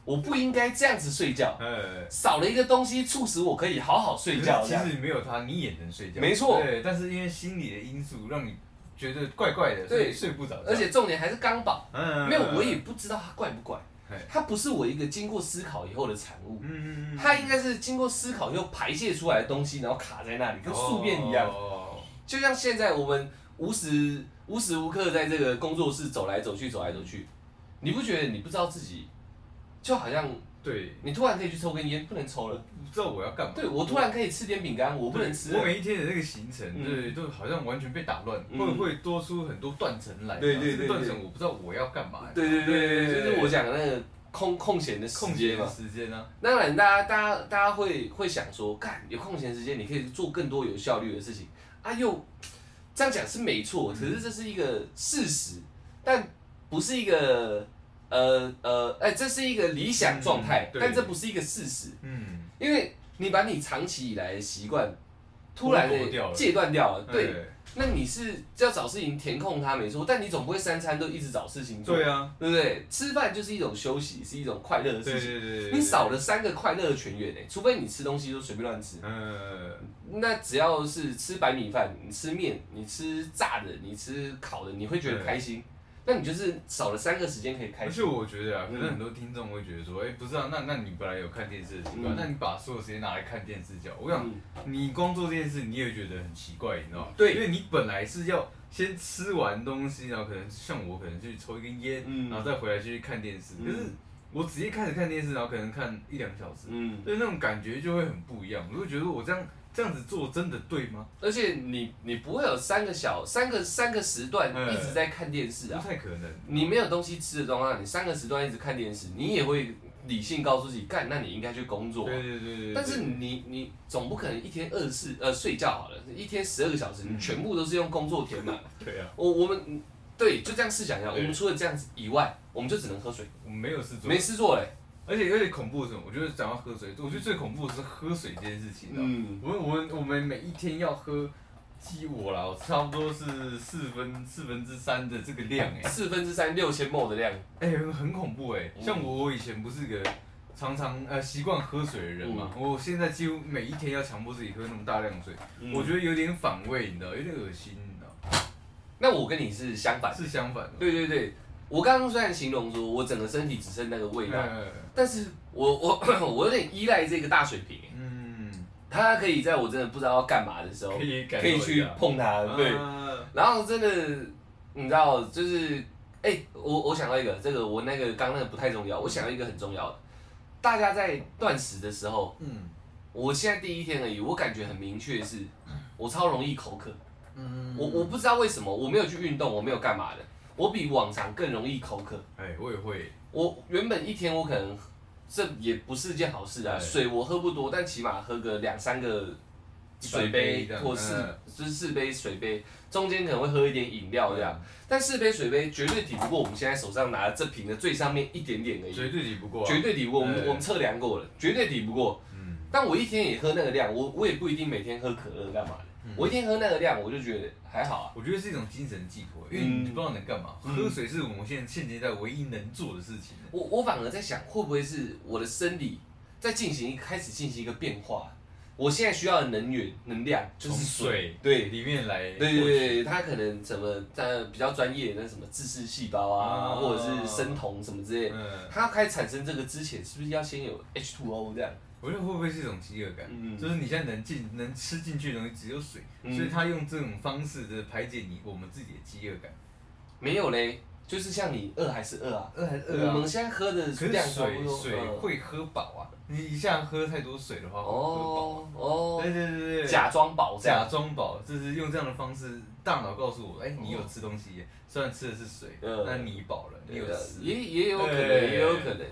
Speaker 1: 我不应该这样子睡觉，
Speaker 2: 呃，
Speaker 1: 少了一个东西促使我可以好好睡觉。
Speaker 2: 其
Speaker 1: 这样
Speaker 2: 实没有他，你也能睡觉。
Speaker 1: 没错
Speaker 2: 对，但是因为心理的因素让你觉得怪怪的，所
Speaker 1: 对
Speaker 2: 以睡不着。
Speaker 1: 而，且重点还是刚宝，
Speaker 2: 嗯，
Speaker 1: 没有我也不知道它怪不怪
Speaker 2: 嘿，
Speaker 1: 它不是我一个经过思考以后的产物，
Speaker 2: 嗯，嗯，嗯
Speaker 1: 它应该是经过思考又排泄出来的东西，然后卡在那里，跟宿便一样。
Speaker 2: 哦
Speaker 1: 就像现在我们无时无时无刻在这个工作室走来走去，走来走去，你不觉得你不知道自己，就好像
Speaker 2: 对，
Speaker 1: 你突然可以去抽根烟，不能抽
Speaker 2: 我
Speaker 1: 了。
Speaker 2: 不知道我要干嘛。
Speaker 1: 对，我突然可以吃点饼干，我不能吃
Speaker 2: 我
Speaker 1: 了。
Speaker 2: 每一天的那个行程，
Speaker 1: 嗯
Speaker 2: 对，都好像完全被打乱，
Speaker 1: 嗯
Speaker 2: 会会多出很多断层来。
Speaker 1: 对对对
Speaker 2: 这个断
Speaker 1: 对
Speaker 2: 层我不知道我要干嘛。
Speaker 1: 对对对对对，就是我
Speaker 2: 想
Speaker 1: 讲的那个空空闲的时
Speaker 2: 空
Speaker 1: 间
Speaker 2: 闲
Speaker 1: 嘛
Speaker 2: 的。时间啊，
Speaker 1: 当然大，家大家大家会会想说，干有空闲时间，你可以做更多有效率的事情啊。又这样讲是没错，可是这是一个事实，但不是一个呃呃，哎，这是一个理想状态
Speaker 2: 嗯，对
Speaker 1: 但这不是一个事实，
Speaker 2: 嗯，
Speaker 1: 因为你把你长期以来的习惯突然
Speaker 2: 剥夺掉
Speaker 1: 的
Speaker 2: 了
Speaker 1: 戒断掉了，啊对，，那你是要找事情填空它没错，但你总不会三餐都一直找事情做，
Speaker 2: 对啊，
Speaker 1: 对不对？吃饭就是一种休息，是一种快乐的事
Speaker 2: 对对
Speaker 1: 情。
Speaker 2: 对对对，
Speaker 1: 你少了三个快乐的泉源呢、除非你吃东西都随便乱吃。
Speaker 2: 呃，
Speaker 1: 那只要是吃白米饭，你吃面，你吃炸的，你吃烤的，你会觉得
Speaker 2: 对
Speaker 1: 开心。那你就是少了三个时间可以开
Speaker 2: 而
Speaker 1: 心
Speaker 2: 且。我觉得啊，可能
Speaker 1: 嗯
Speaker 2: 很多听众会觉得说，哎，不是啊，那那你本来有看电视的习
Speaker 1: 嗯
Speaker 2: 惯，那你把所有时间拿来看电视角，我想
Speaker 1: 嗯
Speaker 2: 你光做这件事，你也觉得很奇怪，你知道吗？
Speaker 1: 对
Speaker 2: 因为你本来是要先吃完东西，然后可能像我可能去抽一根烟，
Speaker 1: 嗯
Speaker 2: 然后再回来去看电视，
Speaker 1: 嗯
Speaker 2: 可是我直接开始看电视，然后可能看一两小时，
Speaker 1: 嗯，
Speaker 2: 对那种感觉就会很不一样，我就觉得我这样这样子做真的对吗？
Speaker 1: 而且你你不会有三个小三个三个时段
Speaker 2: 嗯
Speaker 1: 一直在看电视
Speaker 2: 不
Speaker 1: 啊。
Speaker 2: 太可能。
Speaker 1: 你没有东西吃的状况下，你三个时段一直看电视，你也会理性告诉自己，干，那你应该去工作啊。
Speaker 2: 对对对对对，
Speaker 1: 但是你你总不可能一天二十四呃睡觉好了，一天十二个小时，你
Speaker 2: 嗯
Speaker 1: 全部都是用工作填满。
Speaker 2: 对啊，
Speaker 1: 我我们嗯对就这样试想一下，我
Speaker 2: 对
Speaker 1: 们除了这样子以外，我们就只能喝水，
Speaker 2: 我没有事做，
Speaker 1: 没事做嘞。
Speaker 2: 而且而且恐怖的是什么？我觉得讲到喝水，我觉得最恐怖的是喝水这件事情。嗯，
Speaker 1: 嗯，
Speaker 2: 我们我们我们每一天要喝，几我啦，我差不多是四分四分之三的这个 量哎、
Speaker 1: 四分之三六千沫的量，
Speaker 2: 哎、很很恐怖哎、
Speaker 1: 嗯
Speaker 2: 像我我以前不是个常常呃习惯喝水的人
Speaker 1: 嗯
Speaker 2: 嘛，我现在几乎每一天要强迫自己喝那么大量的水，
Speaker 1: 嗯
Speaker 2: 我觉得有点反胃，你知道，有点恶心，你知道，
Speaker 1: 那我跟你是相反。
Speaker 2: 是相反的。
Speaker 1: 对对对，我刚刚虽然形容说我整个身体只剩那个味道，
Speaker 2: 呃
Speaker 1: 但是我我我有点依赖这个大水瓶，欸
Speaker 2: 嗯，
Speaker 1: 它可以在我真的不知道要干嘛的时候，
Speaker 2: 可以感
Speaker 1: 可以
Speaker 2: 受一
Speaker 1: 去
Speaker 2: 下
Speaker 1: 碰它。对，
Speaker 2: 啊
Speaker 1: 然后真的，你知道，就是，哎、我我想到一个，这个我那个刚那个不太重要，我想到一个很重要的，大家在断食的时候，
Speaker 2: 嗯
Speaker 1: 我现在第一天而已，我感觉很明确是，我超容易口渴，
Speaker 2: 嗯
Speaker 1: 我我不知道为什么，我没有去运动，我没有干嘛的，我比往常更容易口渴。
Speaker 2: 哎，我也会，
Speaker 1: 我原本一天我可能这也不是件好事啊，
Speaker 2: 对
Speaker 1: 水我喝不多，但起码喝个两三个水
Speaker 2: 一百杯
Speaker 1: 杯
Speaker 2: 这样
Speaker 1: 或四
Speaker 2: 嗯
Speaker 1: 就是四杯水杯，中间可能会喝一点饮料这样。但四杯水杯绝对抵不过我们现在手上拿的这瓶的最上面一点点而已，
Speaker 2: 绝对抵不过、啊，
Speaker 1: 绝对抵不过。我们
Speaker 2: 对
Speaker 1: 我们测量过了，绝对抵不过。
Speaker 2: 嗯
Speaker 1: 但我一天也喝那个量，我我也不一定每天喝可乐干嘛的。
Speaker 2: 嗯
Speaker 1: 我一天喝那个量，我就觉得还好啊。
Speaker 2: 我觉得是一种精神寄托，因为你不知道能干嘛。
Speaker 1: 嗯
Speaker 2: 喝水是我们现现阶段唯一能做的事情。
Speaker 1: 我我反而在想，会不会是我的生理在进行一开始进行一个变化？我现在需要的能源能量就是水，对。
Speaker 2: 里面来获取，
Speaker 1: 对对对，它可能什么在比较专业的那什么自噬细胞啊，
Speaker 2: 啊
Speaker 1: 或者是生酮什么之类的，
Speaker 2: 嗯，
Speaker 1: 它开始产生这个之前，是不是要先有 H2O 这样？
Speaker 2: 我觉得会不会是一种饥饿感？
Speaker 1: 嗯
Speaker 2: 就是你现在能进能吃进去的东西只有水，
Speaker 1: 嗯
Speaker 2: 所以他用这种方式的排解你我们自己的饥饿感。
Speaker 1: 没有嘞，就是像你饿还是饿啊？
Speaker 2: 饿还
Speaker 1: 我们现在喝的
Speaker 2: 嗯可是
Speaker 1: 量差不
Speaker 2: 水
Speaker 1: 多。
Speaker 2: 水
Speaker 1: 嗯
Speaker 2: 会喝饱啊，你一下喝太多水的话会喝
Speaker 1: 哦哦
Speaker 2: 饱。，对对对对，
Speaker 1: 假装饱这
Speaker 2: 假
Speaker 1: 样。
Speaker 2: 装饱，就是用这样的方式，大脑告诉我，哎、你有吃东西耶，虽然吃的是水，
Speaker 1: 嗯
Speaker 2: 那你饱了，你有吃。
Speaker 1: 也也有可能，
Speaker 2: 对
Speaker 1: 也有可能。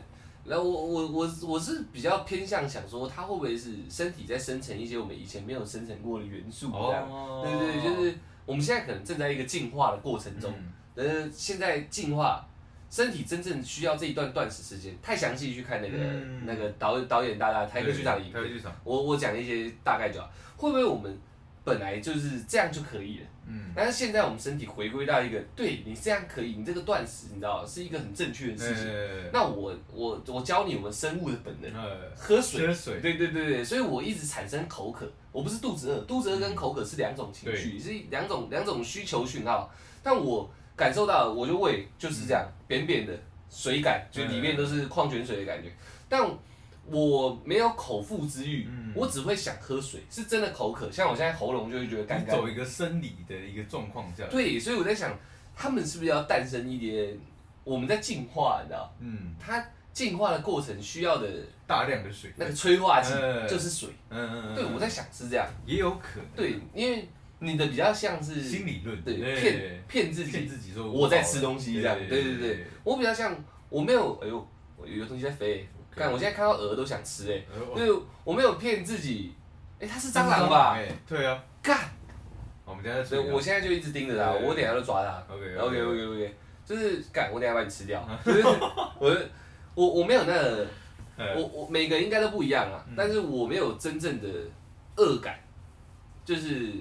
Speaker 1: 然后我我我我是比较偏向想说，它会不会是身体在生成一些我们以前没有生成过的元素这样？
Speaker 2: 哦
Speaker 1: 对对对，就是我们现在可能正在一个进化的过程中，
Speaker 2: 嗯
Speaker 1: 呃，现在进化，身体真正需要这一段断食时间，太详细去看那个、
Speaker 2: 嗯
Speaker 1: 那个导导演大大台客剧场的影
Speaker 2: 台科
Speaker 1: 片，
Speaker 2: 剧场，
Speaker 1: 我我讲一些大概就好。会不会我们本来就是这样就可以了？
Speaker 2: 嗯，
Speaker 1: 但是现在我们身体回归到一个，对你这样可以，你这个断食，你知道是一个很正确的事情。
Speaker 2: 呃，
Speaker 1: 那我我我教你我们生物的本能，
Speaker 2: 呃，
Speaker 1: 喝水。
Speaker 2: 缺水，
Speaker 1: 对对对对，所以我一直产生口渴，我不是肚子饿，肚子饿跟口渴是两种情绪，是两种两种需求讯号。但我感受到，我就胃就是这样、扁扁的水感，就里面都是矿泉水的感觉。但我没有口腹之欲，
Speaker 2: 嗯
Speaker 1: 我只会想喝水，是真的口渴。像我现在喉咙就会觉得干
Speaker 2: 你
Speaker 1: 干
Speaker 2: 走。一个生理的一个状况下，
Speaker 1: 对，所以我在想，他们是不是要诞生一点我们在进化，你知道，
Speaker 2: 嗯，
Speaker 1: 它进化的过程需要的
Speaker 2: 大量的水，
Speaker 1: 那个催化剂
Speaker 2: 嗯
Speaker 1: 就是水。
Speaker 2: 嗯嗯嗯，
Speaker 1: 对，我在
Speaker 2: 想，
Speaker 1: 想是这样。
Speaker 2: 也有可能，
Speaker 1: 对，因为你的比较像是
Speaker 2: 心理论，
Speaker 1: 对
Speaker 2: 骗
Speaker 1: 骗骗自
Speaker 2: 骗
Speaker 1: 己，
Speaker 2: 自己说
Speaker 1: 我在吃东西这样。对对对
Speaker 2: 对，，
Speaker 1: 我比较像我没有，哎呦，我有东西在飞，看我现在看到鹅都想吃哎，
Speaker 2: 呃我
Speaker 1: 对，我没有骗自己，哎，它是蟑螂吧？
Speaker 2: 哎对啊，
Speaker 1: 干，
Speaker 2: 我们等一下再
Speaker 1: 所以
Speaker 2: 处理啊
Speaker 1: 我现在就一直盯着它，
Speaker 2: 对对对
Speaker 1: 我等一下就抓它。
Speaker 2: OK
Speaker 1: OK OK OK，就是干我等一下把你吃 掉，就是我我我没有那个，
Speaker 2: 嗯
Speaker 1: 我我每个人应该都不一样啊
Speaker 2: 嗯，
Speaker 1: 但是我没有真正的恶感，就是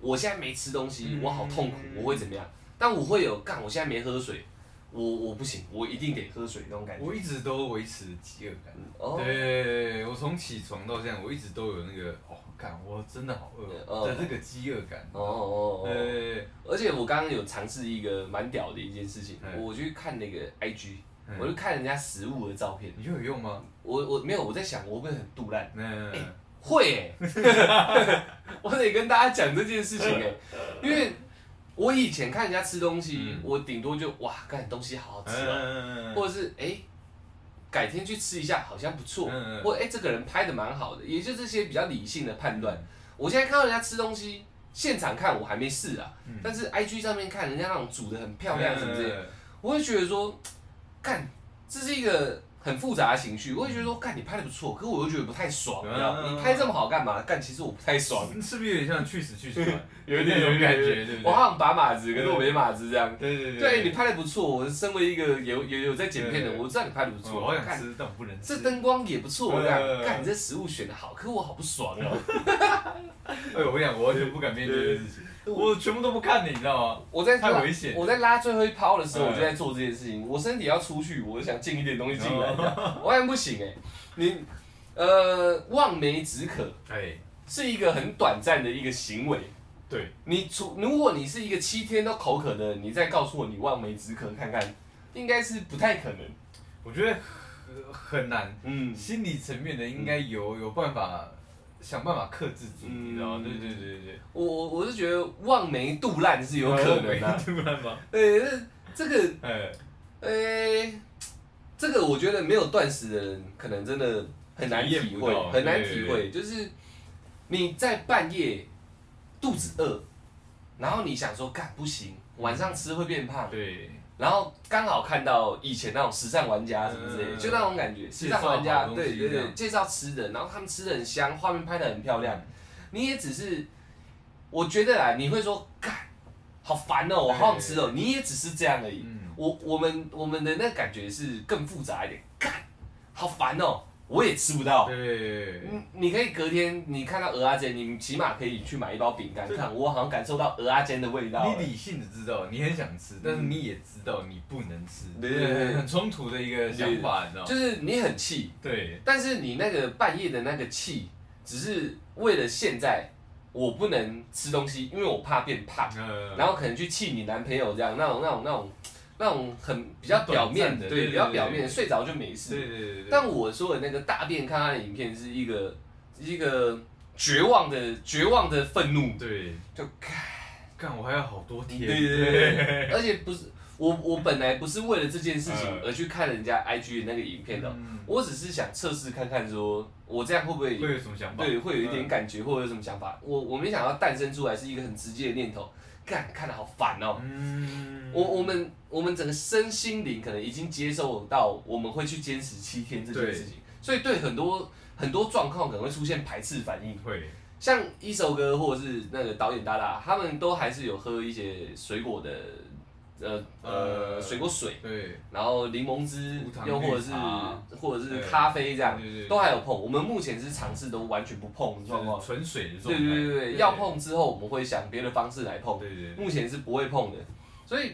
Speaker 1: 我现在没吃东西
Speaker 2: 嗯，
Speaker 1: 我好痛苦，我会怎么样？但我会有干，我现在没喝水，我我不行，我一定得喝水那种感觉。
Speaker 2: 哎我一直都维持饥饿感。
Speaker 1: 哦，
Speaker 2: 对，我从起床到现在，我一直都有那个哦，感我真的好饿
Speaker 1: 哦
Speaker 2: 的这个饥饿感。
Speaker 1: 哦哦哦，
Speaker 2: 对，
Speaker 1: 而且我刚刚有尝试一个蛮屌的一件事情，
Speaker 2: 嗯
Speaker 1: 我去看那个 IG，
Speaker 2: 嗯
Speaker 1: 我就看人家食物的照片，
Speaker 2: 你觉得有用吗？嗯
Speaker 1: 我我没有我在想我会不会很肚烂。
Speaker 2: 那
Speaker 1: 哎会、欸， 我得跟大家讲这件事情哎、因为我以前看人家吃东西，
Speaker 2: 嗯
Speaker 1: 我顶多就哇，干东西好好吃哦、
Speaker 2: 嗯
Speaker 1: 或者是哎、改天去吃一下好像不错，
Speaker 2: 嗯嗯
Speaker 1: 或哎、这个人拍的蛮好的，也就这些比较理性的判断。我现在看到人家吃东西，现场看我还没试啊，
Speaker 2: 嗯
Speaker 1: 但是 IG 上面看人家那种煮的很漂亮什么之类的，
Speaker 2: 的。
Speaker 1: 我会觉得说，干，这是一个很复杂的情绪。我会觉得说，干，你拍的不错，可是我又觉得不太爽，
Speaker 2: 嗯
Speaker 1: 你知道吗？你拍这么好干嘛？干，其实我不太 爽，
Speaker 2: 是不是有点像去死去死玩？ 那
Speaker 1: 那
Speaker 2: 种
Speaker 1: 种
Speaker 2: 感觉，对不
Speaker 1: 我
Speaker 2: 对？
Speaker 1: 好想把码子，可是我没码子这样。
Speaker 2: 对对
Speaker 1: 对你拍的不错，我身为一个有有有在剪片的，
Speaker 2: 对
Speaker 1: 我知道你拍的不
Speaker 2: 哦我
Speaker 1: 错。
Speaker 2: 好想
Speaker 1: 干，
Speaker 2: 吃，但我不能
Speaker 1: 这
Speaker 2: 吃。
Speaker 1: 灯光也不错，这
Speaker 2: 对对
Speaker 1: 样。
Speaker 2: 对
Speaker 1: 干，你这食物选的好，可我好不爽哦。
Speaker 2: 哎呦，我跟你讲，我完全不敢面对这件事情，我全部都不看的，你知道吗？
Speaker 1: 我在
Speaker 2: 太危险
Speaker 1: 我在拉最后一抛的时候，
Speaker 2: 嗯
Speaker 1: 我就在做这件事情。我身体要出去，我就想进一点东西进来，这
Speaker 2: 哦
Speaker 1: 样 我然不行哎、你呃望梅止渴
Speaker 2: 哎，
Speaker 1: 是一个很短暂的一个行为。
Speaker 2: 对，
Speaker 1: 你除如果你是一个七天都口渴的人，你再告诉我你望梅止渴看看，应该是不太可能。
Speaker 2: 我觉得很很难，
Speaker 1: 嗯，
Speaker 2: 心理层面的应该有有办法想办法克制住，
Speaker 1: 嗯
Speaker 2: 你知道吗？对对对对对，
Speaker 1: 我我我是觉得望梅杜烂是有可能的、啊。
Speaker 2: 突然吗？
Speaker 1: 对，这这个
Speaker 2: 哎，
Speaker 1: 呃、这个我觉得没有断食的人，可能真的很难
Speaker 2: 体
Speaker 1: 体
Speaker 2: 验不到
Speaker 1: 会，很难体
Speaker 2: 对
Speaker 1: 会。就是你在半夜肚子饿，然后你想说干不行，晚上吃会变胖，
Speaker 2: 对，
Speaker 1: 然后刚好看到以前那种时尚玩家什么之类的，
Speaker 2: 嗯
Speaker 1: 就那种感觉，时
Speaker 2: 介绍
Speaker 1: 尚玩
Speaker 2: 好
Speaker 1: 家
Speaker 2: 东西
Speaker 1: 对对
Speaker 2: 这
Speaker 1: 对，
Speaker 2: 样嗯
Speaker 1: 介绍吃的，然后他们吃的很香，画面拍的很漂亮，你也只是，我觉得啊，你会说干好烦哦，我好想吃哦，你也只是这样而已。
Speaker 2: 嗯，
Speaker 1: 我我们我们的那感觉是更复杂一点，干，好烦哦，我也吃不到。
Speaker 2: 对，
Speaker 1: 嗯，你可以隔天你看到鹅阿煎，你起码可以去买一包饼干
Speaker 2: 对
Speaker 1: 看，我好像感受到鹅阿煎的味道了
Speaker 2: 你。理性的知道你很想吃，但是你也知道你不能吃，
Speaker 1: 嗯对对对对
Speaker 2: 很冲突的一个想法，你知道吗？
Speaker 1: 就是你很气，
Speaker 2: 对，
Speaker 1: 但是你那个半夜的那个气，只是为了现在我不能吃东西，因为我怕变胖，
Speaker 2: 呃
Speaker 1: 然后可能去气你男朋友这样，那种那种那种那种很比较表面
Speaker 2: 短暂的
Speaker 1: 的，
Speaker 2: 对
Speaker 1: 对，比较
Speaker 2: 对对
Speaker 1: 表面
Speaker 2: 对
Speaker 1: 的，睡着就没事。
Speaker 2: 对对对对，
Speaker 1: 但我说的那个大便看他的影片是一个一个绝望的绝望的愤怒，
Speaker 2: 对，
Speaker 1: 就
Speaker 2: 干我还有好多天，
Speaker 1: 对对对对，而且不是我我本来不是为了这件事情
Speaker 2: 嗯
Speaker 1: 而去看人家 IG 的那个影片的，
Speaker 2: 嗯
Speaker 1: 我只是想测试看看说我这样会不会
Speaker 2: 会有什么想法？
Speaker 1: 对会有一
Speaker 2: 嗯
Speaker 1: 点感觉或者有什么想法，我我没想到诞生出来是一个很直接的念头，干看的好烦哦、
Speaker 2: 嗯，
Speaker 1: 我我们我们整个身心灵可能已经接受到我们会去坚持七天这件事情，所以对很多很多状况可能会出现排斥反应。
Speaker 2: 会，
Speaker 1: 像一首歌或者是那个导演大大，他们都还是有喝一些水果的，呃
Speaker 2: 呃
Speaker 1: 呃水果水，
Speaker 2: 对，
Speaker 1: 然后柠檬汁
Speaker 2: 无糖，
Speaker 1: 又
Speaker 2: 绿
Speaker 1: 或者是
Speaker 2: 茶
Speaker 1: 或者是
Speaker 2: 对
Speaker 1: 咖啡这样
Speaker 2: 对对对，
Speaker 1: 都还有碰。我们目前是尝试都完全不碰的状
Speaker 2: 就
Speaker 1: 况
Speaker 2: 是。纯水的
Speaker 1: 对
Speaker 2: 状态，
Speaker 1: 对对对对，要，碰之后我们会想别的方式来碰。
Speaker 2: 对对对，
Speaker 1: 目前是不会碰的，所以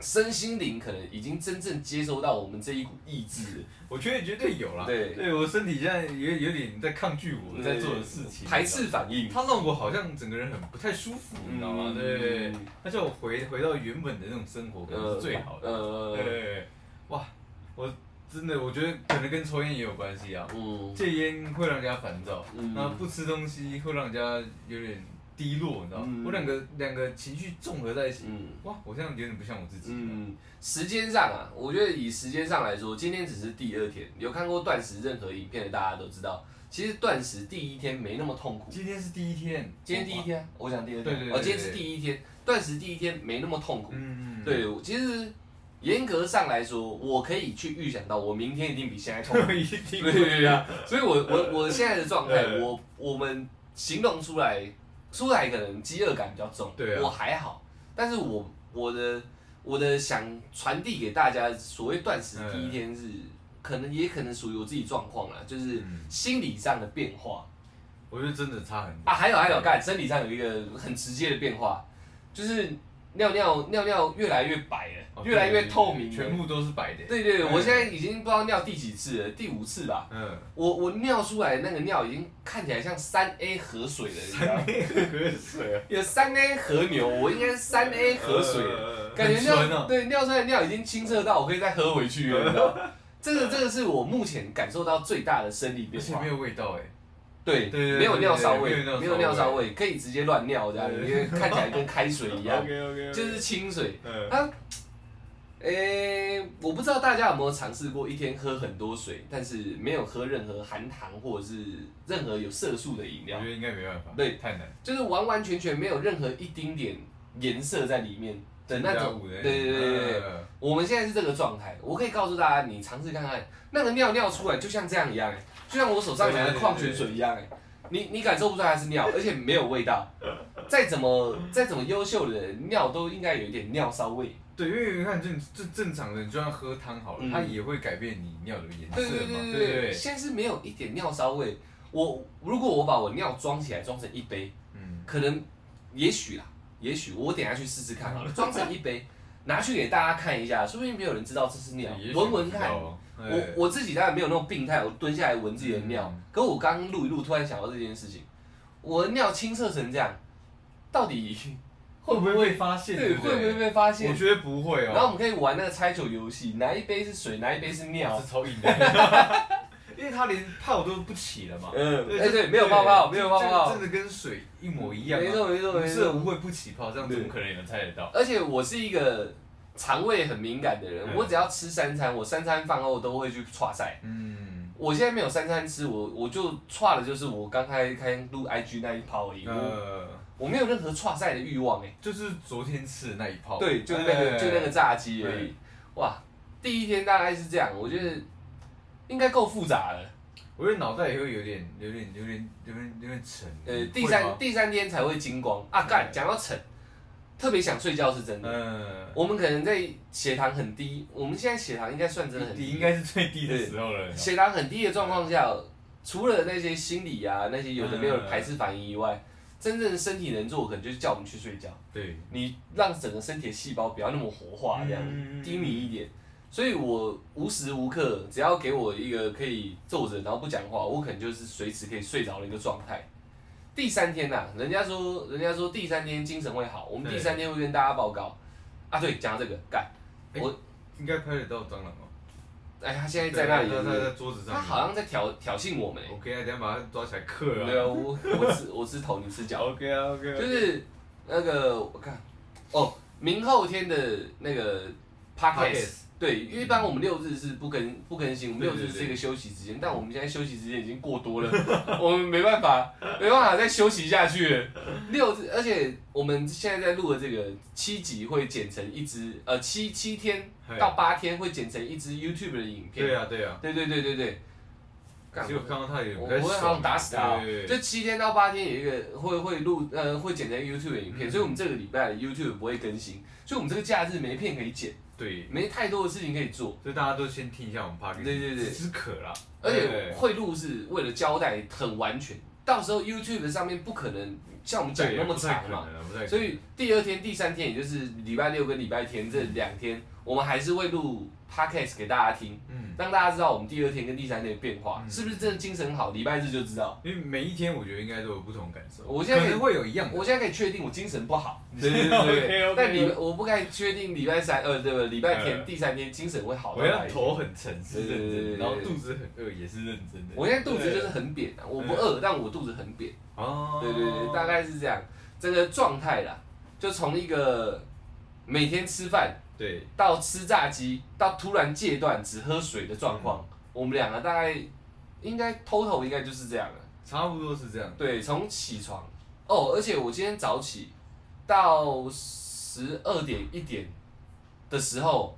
Speaker 1: 身心灵可能已经真正接收到我们这一股意志了，
Speaker 2: 我觉得绝对有啦，
Speaker 1: 对
Speaker 2: 对我身体现在也有点在抗拒我在做的事情，
Speaker 1: 嗯排斥反应，
Speaker 2: 它让我好像整个人很不太舒服，你知道吗？
Speaker 1: 嗯
Speaker 2: 对，它叫我回回到原本的那种生活，可能是最好的。
Speaker 1: 呃，
Speaker 2: 对，哇，我真的我觉得可能跟抽烟也有关系啊。
Speaker 1: 嗯，
Speaker 2: 戒烟会让人家烦躁，
Speaker 1: 嗯
Speaker 2: 那、不吃东西会让人家有点低落，你知道吗？
Speaker 1: 嗯
Speaker 2: 我两个两个情绪综合在一起，
Speaker 1: 嗯
Speaker 2: 哇，我这样有点不像我自己。
Speaker 1: 嗯，时间上啊，我觉得以时间上来说，今天只是第二天，有看过断食任何影片的大家都知道，其实断食第一天没那么痛苦。
Speaker 2: 今天是第一天，
Speaker 1: 今天第一天啊，我想第二天，
Speaker 2: 对对对
Speaker 1: 哦，今天
Speaker 2: 对
Speaker 1: 是
Speaker 2: 对
Speaker 1: 第一天，断食第一天没那么痛苦，
Speaker 2: 嗯，嗯，
Speaker 1: 对，我其实严格上来说，我可以去预想到，我明天一定比现在 痛苦。
Speaker 2: 一定
Speaker 1: 对对对，所以我我我现在的状态，
Speaker 2: 对
Speaker 1: 我我们形容出来，出来可能饥饿感比较重，
Speaker 2: 对啊
Speaker 1: 我还好，但是我我的我的想传递给大家，所谓断食第
Speaker 2: 嗯
Speaker 1: 一天是，可能也可能属于我自己状况啦，就是
Speaker 2: 嗯
Speaker 1: 心理上的变化
Speaker 2: 我觉得真的差很多。
Speaker 1: 啊，还有还有，干生理上有一个很直接的变化，就是尿尿尿尿越来越白
Speaker 2: 哦
Speaker 1: 了，越来越
Speaker 2: 对
Speaker 1: 透明了，
Speaker 2: 全部都是白的。
Speaker 1: 对对，对
Speaker 2: 嗯
Speaker 1: 我现在已经不知道尿第几次了，第五次吧。
Speaker 2: 嗯，
Speaker 1: 我我尿出来的那个尿已经看起来像三 A 河水了，你知道吗？
Speaker 2: 喝水，
Speaker 1: 有三 A 河牛，我应该是三 A 河水了，
Speaker 2: 呃
Speaker 1: 感觉
Speaker 2: 很纯
Speaker 1: 尿
Speaker 2: 哦。
Speaker 1: 对尿出来的尿已经清澈到我可以再喝回去了，你知道 吗？这个这个是我目前感受到最大的生理
Speaker 2: 而
Speaker 1: 变
Speaker 2: 且
Speaker 1: 化
Speaker 2: 没，有味道哎，
Speaker 1: 对，
Speaker 2: 对对对
Speaker 1: 没有尿骚
Speaker 2: 对
Speaker 1: 味，
Speaker 2: 对对
Speaker 1: 没
Speaker 2: 没
Speaker 1: 有
Speaker 2: 有
Speaker 1: 尿
Speaker 2: 尿
Speaker 1: 骚
Speaker 2: 骚
Speaker 1: 味，可以直接乱尿这样，
Speaker 2: 对
Speaker 1: 因为看起来跟开水一 样，
Speaker 2: OK，
Speaker 1: 就是清水。
Speaker 2: 嗯，
Speaker 1: 啊，诶、我不知道大家有没有尝试过一天喝很多水，但是没有喝任何含糖或者是任何有色素的饮
Speaker 2: 我
Speaker 1: 料
Speaker 2: 觉，得应该没办法，
Speaker 1: 对
Speaker 2: 太难。
Speaker 1: 就是完完全全没有任何一丁点颜色在里面的啊那种。
Speaker 2: 五
Speaker 1: 对
Speaker 2: 的，
Speaker 1: 对对对对对，
Speaker 2: 嗯
Speaker 1: 我们现在是这个状态，我可以告诉大家，你尝试看看，那个尿尿出来就像这样一样、欸，就像我手上拿的矿泉水一样、欸，你你感受不出来它是尿，而且没有味道。再怎么再怎么优秀的人，尿都应该有一点尿骚味。
Speaker 2: 对，因为你看正正正常的，你就算喝汤好
Speaker 1: 嗯
Speaker 2: 了，它也会改变你尿的颜
Speaker 1: 对
Speaker 2: 色
Speaker 1: 对
Speaker 2: 嘛，
Speaker 1: 对
Speaker 2: 对
Speaker 1: 对对，现在是没有一点尿骚味。我如果我把我尿装起来，装成一杯，
Speaker 2: 嗯，
Speaker 1: 可能也许啦，也许我等一下去试试看好了，装成一杯，拿去给大家看一下，说不定没有人知道这是尿
Speaker 2: 也许，
Speaker 1: 闻闻
Speaker 2: 不知
Speaker 1: 看
Speaker 2: 道。哦，
Speaker 1: 我
Speaker 2: 哎
Speaker 1: 我自己当然没有那种病态，我蹲下来闻自己的尿
Speaker 2: 嗯。
Speaker 1: 可我刚刚录一录，突然想到这件事情，我的尿清澈成这样，到 底
Speaker 2: 会不会被发现？
Speaker 1: 对
Speaker 2: 不
Speaker 1: 会不会被发现
Speaker 2: 我？觉得不会哦。
Speaker 1: 然后我们可以玩那个猜球游戏，哪一杯是水，哪一杯是尿
Speaker 2: 是。超硬的，因为它连泡都不起了嘛。
Speaker 1: 嗯，
Speaker 2: 对
Speaker 1: 哎
Speaker 2: 这
Speaker 1: 对，没有泡泡，没
Speaker 2: 对
Speaker 1: 有泡泡
Speaker 2: 这，真的跟水一模一样啊。
Speaker 1: 没错没错
Speaker 2: 无
Speaker 1: 没
Speaker 2: 色无
Speaker 1: 错。
Speaker 2: 味不起泡，这样怎么可能有人猜得到？
Speaker 1: 而且我是一个肠胃很敏感的人，
Speaker 2: 嗯
Speaker 1: 我只要吃三餐，我三餐饭后都会去串赛。
Speaker 2: 嗯，
Speaker 1: 我现在没有三餐吃，我我就串的就是我刚开开录 IG 那一泡而已，我
Speaker 2: 呃，
Speaker 1: 我没有任何串赛的欲望哎、
Speaker 2: 就是昨天吃的那一泡，
Speaker 1: 哦对，就那个
Speaker 2: 哎
Speaker 1: 就那个炸鸡而已。哇，第一天大概是这样，我觉得应该够复杂了。
Speaker 2: 我觉得脑袋也会有点、有点、有点、有点、有点沉。
Speaker 1: 呃，第
Speaker 2: 会
Speaker 1: 三
Speaker 2: 吗，
Speaker 1: 第三天才会精光啊！干，
Speaker 2: 嗯
Speaker 1: 讲到沉，特别想睡觉是真的。
Speaker 2: 嗯，
Speaker 1: 我们可能在血糖很低，我们现在血糖应该算真的很
Speaker 2: 你
Speaker 1: 低，
Speaker 2: 应该是最低的时候了。
Speaker 1: 血糖很低的状况下，除了那些心理啊那些有的没有的
Speaker 2: 嗯
Speaker 1: 排斥反应以外，真正身体能做的可能就是叫我们去睡觉，
Speaker 2: 对，
Speaker 1: 你让整个身体的细胞不要那么活化，这样、
Speaker 2: 嗯
Speaker 1: 低迷一点。所以我无时无刻只要给我一个可以坐着然后不讲话，我可能就是随时可以睡着的一个状态。第三天呐、人家说人家说第三天精神会好，我们第
Speaker 2: 对
Speaker 1: 三天会跟大家报告。啊，对，讲到这个干。
Speaker 2: 应该拍得到蟑螂哦。
Speaker 1: 哎，他现在在那里，
Speaker 2: 对在在桌子上。
Speaker 1: 他好像在挑挑衅我们哎、
Speaker 2: OK 啊，等一下把它抓起来克啊。
Speaker 1: 对啊，我我吃我吃头，你吃脚，
Speaker 2: OK 啊，OK 啊。
Speaker 1: 就是那个我看哦，明后天的那个 podcast，
Speaker 2: Podcast
Speaker 1: 对，因为一般我们六日是不更不更新，我们
Speaker 2: 对
Speaker 1: 六
Speaker 2: 对
Speaker 1: 日是一
Speaker 2: 对
Speaker 1: 个休息时间，但我们现在休息时间已经过多了， 我们没办法没办法再休息下去了。六日，而且我们现在在录的这个七集会剪成一支，呃，七七天
Speaker 2: 嘿
Speaker 1: 到八天会剪成一支 YouTube 的影片。
Speaker 2: 对啊，对啊。
Speaker 1: 对对对对对，干
Speaker 2: 其实我看到他有
Speaker 1: 我
Speaker 2: 点
Speaker 1: 我
Speaker 2: 不
Speaker 1: 会
Speaker 2: 太
Speaker 1: 好
Speaker 2: 爽
Speaker 1: 想打死他哦。
Speaker 2: 对
Speaker 1: 这七天到八天有一个 会会录呃会剪成 YouTube 的影片，
Speaker 2: 嗯
Speaker 1: 所以我们这个礼拜 YouTube 不会更新，所以我们这个假日没片可以剪，
Speaker 2: 对，
Speaker 1: 没太多的事情可以做，
Speaker 2: 所以大家都先听一下我们 p a r k
Speaker 1: 对对对
Speaker 2: 止渴啦。
Speaker 1: 而且
Speaker 2: 对
Speaker 1: 会录是为了交代很完全，到时候 YouTube 上面不可能像我们讲
Speaker 2: 对
Speaker 1: 那么
Speaker 2: 不太
Speaker 1: 长
Speaker 2: 可
Speaker 1: 嘛，
Speaker 2: 能了，不太可能
Speaker 1: 所以第二天、第三天，也就是礼拜六跟礼拜天这两天，我们还是会录 Podcast 给大家听，
Speaker 2: 嗯，
Speaker 1: 让大家知道我们第二天跟第三天的变化，
Speaker 2: 嗯
Speaker 1: 是不是真的精神好，礼拜日就知道。
Speaker 2: 因为每一天我觉得应该都有不同感受，
Speaker 1: 我现在
Speaker 2: 可能会有一样的
Speaker 1: 我现在可以确定我精神不好，
Speaker 2: 对对对 OK，OK
Speaker 1: 但礼拜我不该确定礼拜三呃对不对礼拜天
Speaker 2: 呃
Speaker 1: 第三天精神会好到
Speaker 2: 我
Speaker 1: 哪
Speaker 2: 要
Speaker 1: 里？
Speaker 2: 头很沉是
Speaker 1: 对对对
Speaker 2: 认
Speaker 1: 对
Speaker 2: 真
Speaker 1: 对
Speaker 2: 的，然后肚子很饿也是认真的。
Speaker 1: 我现在肚子就是
Speaker 2: 对
Speaker 1: 很扁啊，我不饿，但我肚子很扁，
Speaker 2: 哦，
Speaker 1: 对对对，大概是这样，这个状态啦，就从一个每天吃饭
Speaker 2: 对
Speaker 1: 到吃炸鸡，到突然戒断只喝水的状况，
Speaker 2: 嗯
Speaker 1: 我们两个大概应该 total 应该就是这样了。
Speaker 2: 差不多是这样。
Speaker 1: 对，从起床哦，而且我今天早起到十二点一点的时候，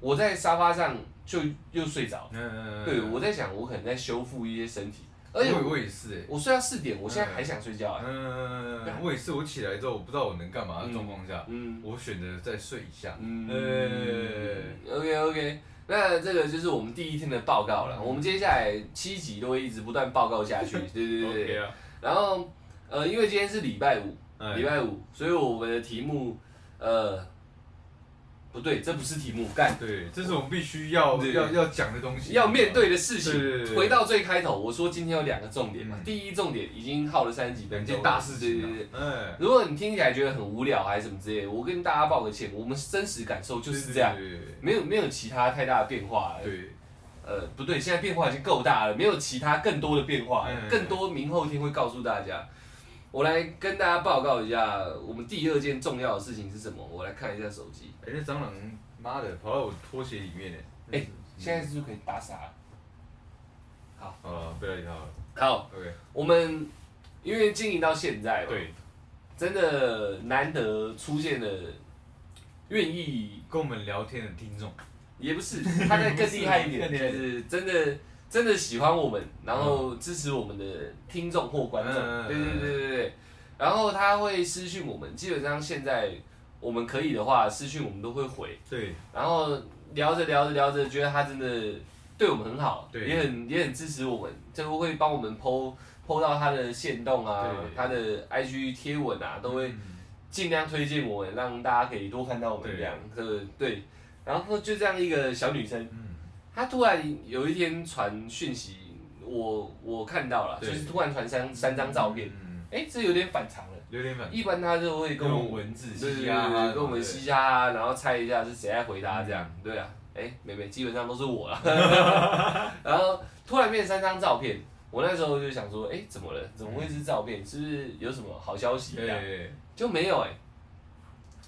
Speaker 1: 我在沙发上就又睡着了。
Speaker 2: 嗯，
Speaker 1: 对，我在想，我可能在修复一些身体，而且
Speaker 2: 我我也是哎、
Speaker 1: 我睡到四点，我现在还想睡觉哎、
Speaker 2: 嗯，我也是，我起来之后我不知道我能干嘛的状况下，
Speaker 1: 嗯
Speaker 2: 我选择再睡一下。
Speaker 1: 嗯
Speaker 2: 哎
Speaker 1: ，OK OK，那这个就是我们第一天的报告
Speaker 2: 嗯
Speaker 1: 了。我们接下来七集都会一直不断报告下去，对对对
Speaker 2: OK
Speaker 1: 对。
Speaker 2: 啊，
Speaker 1: 然后呃，因为今天是礼拜五，礼
Speaker 2: 哎，
Speaker 1: 拜五，所以我们的题目呃不对，这不是题目，干
Speaker 2: 对，这是我们必须要
Speaker 1: 对
Speaker 2: 要要讲的东西，
Speaker 1: 要面对的事情。
Speaker 2: 对对对对
Speaker 1: 回到最开头，我说今天有两个重点嘛，
Speaker 2: 嗯
Speaker 1: 第一重点已经耗了三十几分
Speaker 2: 两
Speaker 1: 钟了，
Speaker 2: 件大事情
Speaker 1: 对对对。
Speaker 2: 啊。哎，
Speaker 1: 如果你听起来觉得很无聊啊还是什么之类的，我跟大家道个歉，我们真实感受就是这样，
Speaker 2: 对。对对
Speaker 1: 没有没有其他太大的变化了。
Speaker 2: 对，
Speaker 1: 呃，不对，现在变化已经够大了，没有其他更多的变化了，
Speaker 2: 嗯
Speaker 1: 更多明后天会告诉大家。我来跟大家报告一下，我们第二件重要的事情是什么？我来看一下手机，
Speaker 2: 哎，那蟑螂，妈的，跑到我拖鞋里面哎。
Speaker 1: 哎现在是不是可以打傻了？
Speaker 2: 好了，哦不要理他了。
Speaker 1: 好，
Speaker 2: OK，
Speaker 1: 我们因为经营到现在嘛，
Speaker 2: 对，
Speaker 1: 真的难得出现了愿意
Speaker 2: 跟我们聊天的听众，
Speaker 1: 也不是， 他在更厉害一点，
Speaker 2: 更
Speaker 1: 就
Speaker 2: 厉害
Speaker 1: 是真的真的喜欢我们，然后支持我们的听众或观众，
Speaker 2: 嗯
Speaker 1: 对对对对对。然后他会私讯我们，基本上现在我们可以的话，私讯我们都会回。
Speaker 2: 对，
Speaker 1: 然后聊着聊着聊着，觉得他真的对我们很好，
Speaker 2: 对
Speaker 1: 也很也很支持我们，就会帮我们 PO PO 到他的线动啊，
Speaker 2: 对
Speaker 1: 他的 IG 贴文啊，都会
Speaker 2: 嗯，
Speaker 1: 尽量推荐我们，让大家可以多看到我们
Speaker 2: 对
Speaker 1: 这样，对对。然后就这样一个小女生，
Speaker 2: 嗯，
Speaker 1: 她突然有一天传讯息，我我看到了，就
Speaker 2: 对
Speaker 1: 是突然传三三张照片，
Speaker 2: 嗯，
Speaker 1: 哎、这有点反常了。
Speaker 2: 榴莲粉，
Speaker 1: 一般她就会跟
Speaker 2: 跟
Speaker 1: 我
Speaker 2: 我文字啊
Speaker 1: 对
Speaker 2: 嘻
Speaker 1: 对
Speaker 2: 嘻哈哈，
Speaker 1: 对，跟我们嘻嘻哈哈，然后猜一下是谁在回答这样，
Speaker 2: 嗯
Speaker 1: 对啊，哎，妹妹基本上都是我 了， 然后突然变三张照片，我那时候就想说，哎，怎么了？怎么会是照片？是不是有什么好消息啊
Speaker 2: 对，
Speaker 1: 这样？
Speaker 2: 对
Speaker 1: 就没有哎，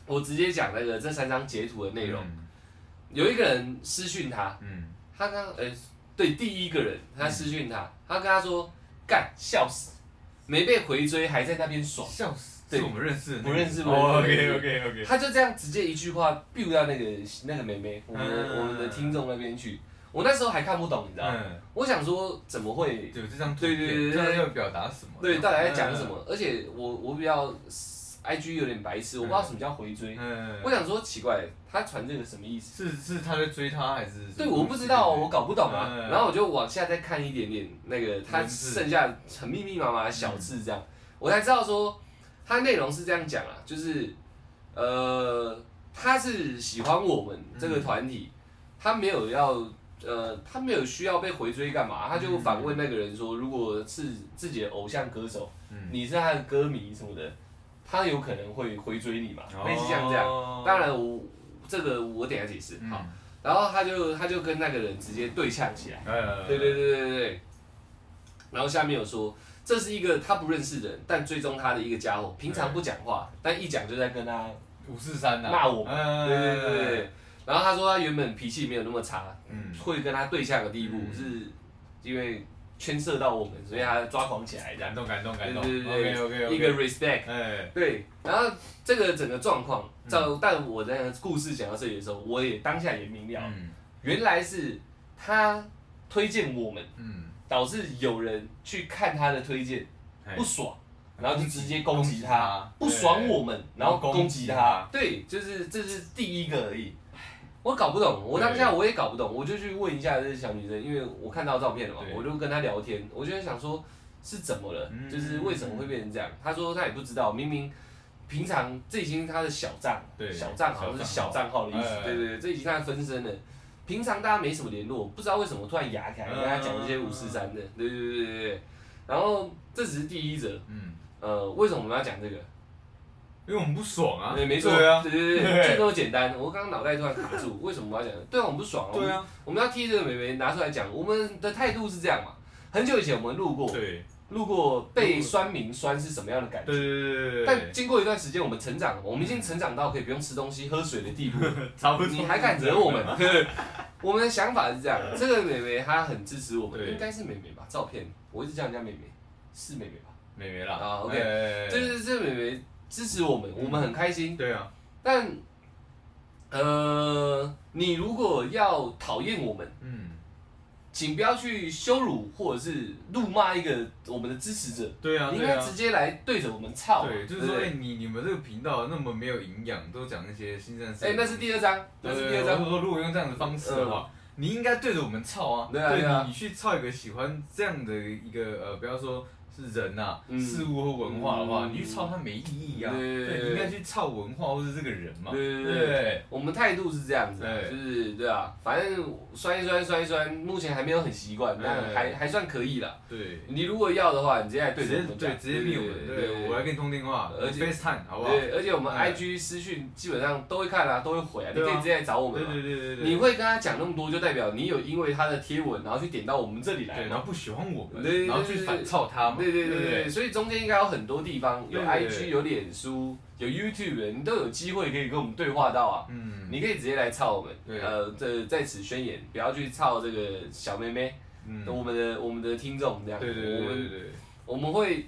Speaker 1: 我直接讲那个这三张截图的内容，，
Speaker 2: 嗯
Speaker 1: 有一个人私讯他，
Speaker 2: 嗯，
Speaker 1: 他刚哎对第一个人他私讯他，他跟他说干笑死，没被回追还在那边爽。
Speaker 2: 笑死，
Speaker 1: 对
Speaker 2: 是我们认识的那个，
Speaker 1: 不认识不认识
Speaker 2: 哦，OK OK OK，
Speaker 1: 他就这样直接一句话 biu 到那个那个妹妹，我们的、
Speaker 2: 嗯
Speaker 1: 我们的听众那边去。我那时候还看不懂，你知道吗？
Speaker 2: 嗯，
Speaker 1: 我想说怎么会
Speaker 2: 有这张图
Speaker 1: 对
Speaker 2: 片，
Speaker 1: 对对对
Speaker 2: 知道要表达什么，
Speaker 1: 对到底在讲什
Speaker 2: 嗯？
Speaker 1: 么？而且我我比较呃 I G 有点白痴，我不知道什么叫回追。
Speaker 2: 嗯，
Speaker 1: 我想说奇怪，他传这个什么意思？
Speaker 2: 是是他在追他还是？
Speaker 1: 对，我不知道，我搞不懂啊。
Speaker 2: 嗯
Speaker 1: 然后我就往下再看一点点，那个他
Speaker 2: 文字嗯
Speaker 1: 剩下很密密麻麻的小字这样，我才知道说他内容是这样讲啊，就是呃，他是喜欢我们这
Speaker 2: 嗯
Speaker 1: 个团体，他没有要呃，他没有需要被回追干嘛，他就
Speaker 2: 嗯
Speaker 1: 反问那个人说，如果是自己的偶像歌手，
Speaker 2: 嗯，
Speaker 1: 你是他的歌迷什么的，他有可能会回追你嘛，
Speaker 2: 哦
Speaker 1: 类似像这样。
Speaker 2: 样
Speaker 1: 当然我这个我等一下解
Speaker 2: 嗯
Speaker 1: 释，好。，然后他就他就跟那个人直接对呛起来，
Speaker 2: 呃，
Speaker 1: 对对对对对对。然后下面有说，这是一个他不认识的人，但追踪他的一个家伙，平常不讲
Speaker 2: 嗯
Speaker 1: 话，但一讲就在跟他
Speaker 2: 五四三呐，
Speaker 1: 骂我们。
Speaker 2: 嗯
Speaker 1: 对对对对，对。然后他说他原本脾气没有那么差，
Speaker 2: 嗯，
Speaker 1: 会跟他对呛的地步，
Speaker 2: 嗯
Speaker 1: 是因为牵涉到我们，所以他抓狂起来这样
Speaker 2: 哎感。动感动感
Speaker 1: 对
Speaker 2: 动
Speaker 1: 对对
Speaker 2: ，OK OK
Speaker 1: 对，
Speaker 2: OK，
Speaker 1: 一个 respect。
Speaker 2: 哎，
Speaker 1: 对，然后这个整个状况，
Speaker 2: 嗯
Speaker 1: 照但我在故事讲到这里的时候，我也当下也明了，
Speaker 2: 嗯
Speaker 1: 原来是他推荐我们，
Speaker 2: 嗯，
Speaker 1: 导致有人去看他的推荐
Speaker 2: 哎
Speaker 1: 不爽，然后就直接攻
Speaker 2: 攻
Speaker 1: 击
Speaker 2: 击
Speaker 1: 他
Speaker 2: 他，
Speaker 1: 不爽我们，然后攻击他
Speaker 2: 攻击他。
Speaker 1: 对，就是这是第一个而已。我搞不懂，我当下我也搞不懂，我就去问一下这个小女生，因为我看到照片了嘛，
Speaker 2: 对
Speaker 1: 我就跟她聊天，我就在想说是怎么了，
Speaker 2: 嗯
Speaker 1: 就是为什么会变成这样？她说她也不知道，明明平常这已经是她的小账，
Speaker 2: 对
Speaker 1: 小账好像是小
Speaker 2: 小
Speaker 1: 账号的意思
Speaker 2: 哎，哎
Speaker 1: 对对对，这已经是她的分身了。平常大家没什么联络，不知道为什么突然牙起来跟她讲这些五四三的，对对对对对。然后这只是第一则，
Speaker 2: 嗯，
Speaker 1: 呃，为什么我们要讲这个？
Speaker 2: 因为我们不爽啊，
Speaker 1: 对，没错，
Speaker 2: 对啊，
Speaker 1: 对对
Speaker 2: 对
Speaker 1: 对，就这么简单。我刚刚脑袋突然卡住，为什么我要讲？对啊，我们不爽啊，我
Speaker 2: 对
Speaker 1: 们
Speaker 2: 啊，
Speaker 1: 我们要替这个美眉拿出来讲，我们的态度是这样嘛。很久以前我们路过，
Speaker 2: 对
Speaker 1: 路过被酸民酸是什么样的感
Speaker 2: 对
Speaker 1: 觉？
Speaker 2: 对对对，
Speaker 1: 但经过一段时间，我们成长了，我们已经成长到可以不用吃东西、喝水的地步了，
Speaker 2: 差不多，
Speaker 1: 你还敢惹我们？我们的想法是这样，这个美眉她很支持我们，
Speaker 2: 对
Speaker 1: 应该是美眉吧？照片我一直叫人家美眉，是美眉吧？
Speaker 2: 妹妹啦，
Speaker 1: 啊，OK
Speaker 2: 哎
Speaker 1: 就是这美眉支持我们，我们很开心。
Speaker 2: 对啊，
Speaker 1: 但呃，你如果要讨厌我们，
Speaker 2: 嗯，
Speaker 1: 请不要去羞辱或者是辱骂一个我们的支持者，
Speaker 2: 对啊，
Speaker 1: 你应
Speaker 2: 对
Speaker 1: 该
Speaker 2: 啊
Speaker 1: 直，接来对着我们操嘛，
Speaker 2: 对，就是
Speaker 1: 不
Speaker 2: 说，哎、
Speaker 1: 对？
Speaker 2: 你你们这个频道那么没有营养，都讲那些新三色，
Speaker 1: 哎，那是第二章，那
Speaker 2: 对
Speaker 1: 是
Speaker 2: 对
Speaker 1: 第
Speaker 2: 对，
Speaker 1: 二
Speaker 2: 我
Speaker 1: 章
Speaker 2: 是，说，如果用这样的方式的话，你应该对着我们操啊，
Speaker 1: 嗯对啊对啊
Speaker 2: 你去操一个喜欢这样的一个呃，不要说是人呐、啊、
Speaker 1: 嗯
Speaker 2: 事物或文化的话，
Speaker 1: 嗯
Speaker 2: 你去操它没意义啊，
Speaker 1: 对
Speaker 2: 对，你应该去操文化或是这个人嘛，
Speaker 1: 对对
Speaker 2: 对
Speaker 1: 我们态度是这样子啊，
Speaker 2: 对
Speaker 1: 就是对啊，反正酸一酸酸一酸，目前还没有很习惯，但
Speaker 2: 对
Speaker 1: 还还算可以啦。
Speaker 2: 对。
Speaker 1: 你如果要的话，你直接来对
Speaker 2: 直
Speaker 1: 着
Speaker 2: 接
Speaker 1: 我们
Speaker 2: 对
Speaker 1: 讲，
Speaker 2: 直接密我们，对我来跟你通电话，
Speaker 1: 而且
Speaker 2: FaceTime 好不好？
Speaker 1: 对，而且我们
Speaker 2: 哎
Speaker 1: IG 私讯基本上都会看啊，都会回啊，你
Speaker 2: 对
Speaker 1: 可
Speaker 2: 啊
Speaker 1: 以直接来找我们
Speaker 2: 对
Speaker 1: 嘛。
Speaker 2: 对对对对，
Speaker 1: 你会跟他讲那么多，就代表你有因为他的贴文，然后去点到我们这里来
Speaker 2: 对，然
Speaker 1: 嘛。
Speaker 2: 后不喜欢我们，
Speaker 1: 对对对
Speaker 2: 然后去反操他嘛，
Speaker 1: 对对对
Speaker 2: 不
Speaker 1: 对，所以中间应该有很多地方，有
Speaker 2: 对对
Speaker 1: IG，
Speaker 2: 对
Speaker 1: 有脸书，有 YouTube，你都有机会可以跟我们对话到啊。
Speaker 2: 嗯，
Speaker 1: 你可以直接来操我们，
Speaker 2: 对
Speaker 1: 呃，这在此宣言，不要去操这个小妹妹，
Speaker 2: 嗯，
Speaker 1: 我们的我们的听众这样，
Speaker 2: 对对对
Speaker 1: 我
Speaker 2: 对
Speaker 1: 们
Speaker 2: 对对，
Speaker 1: 我们会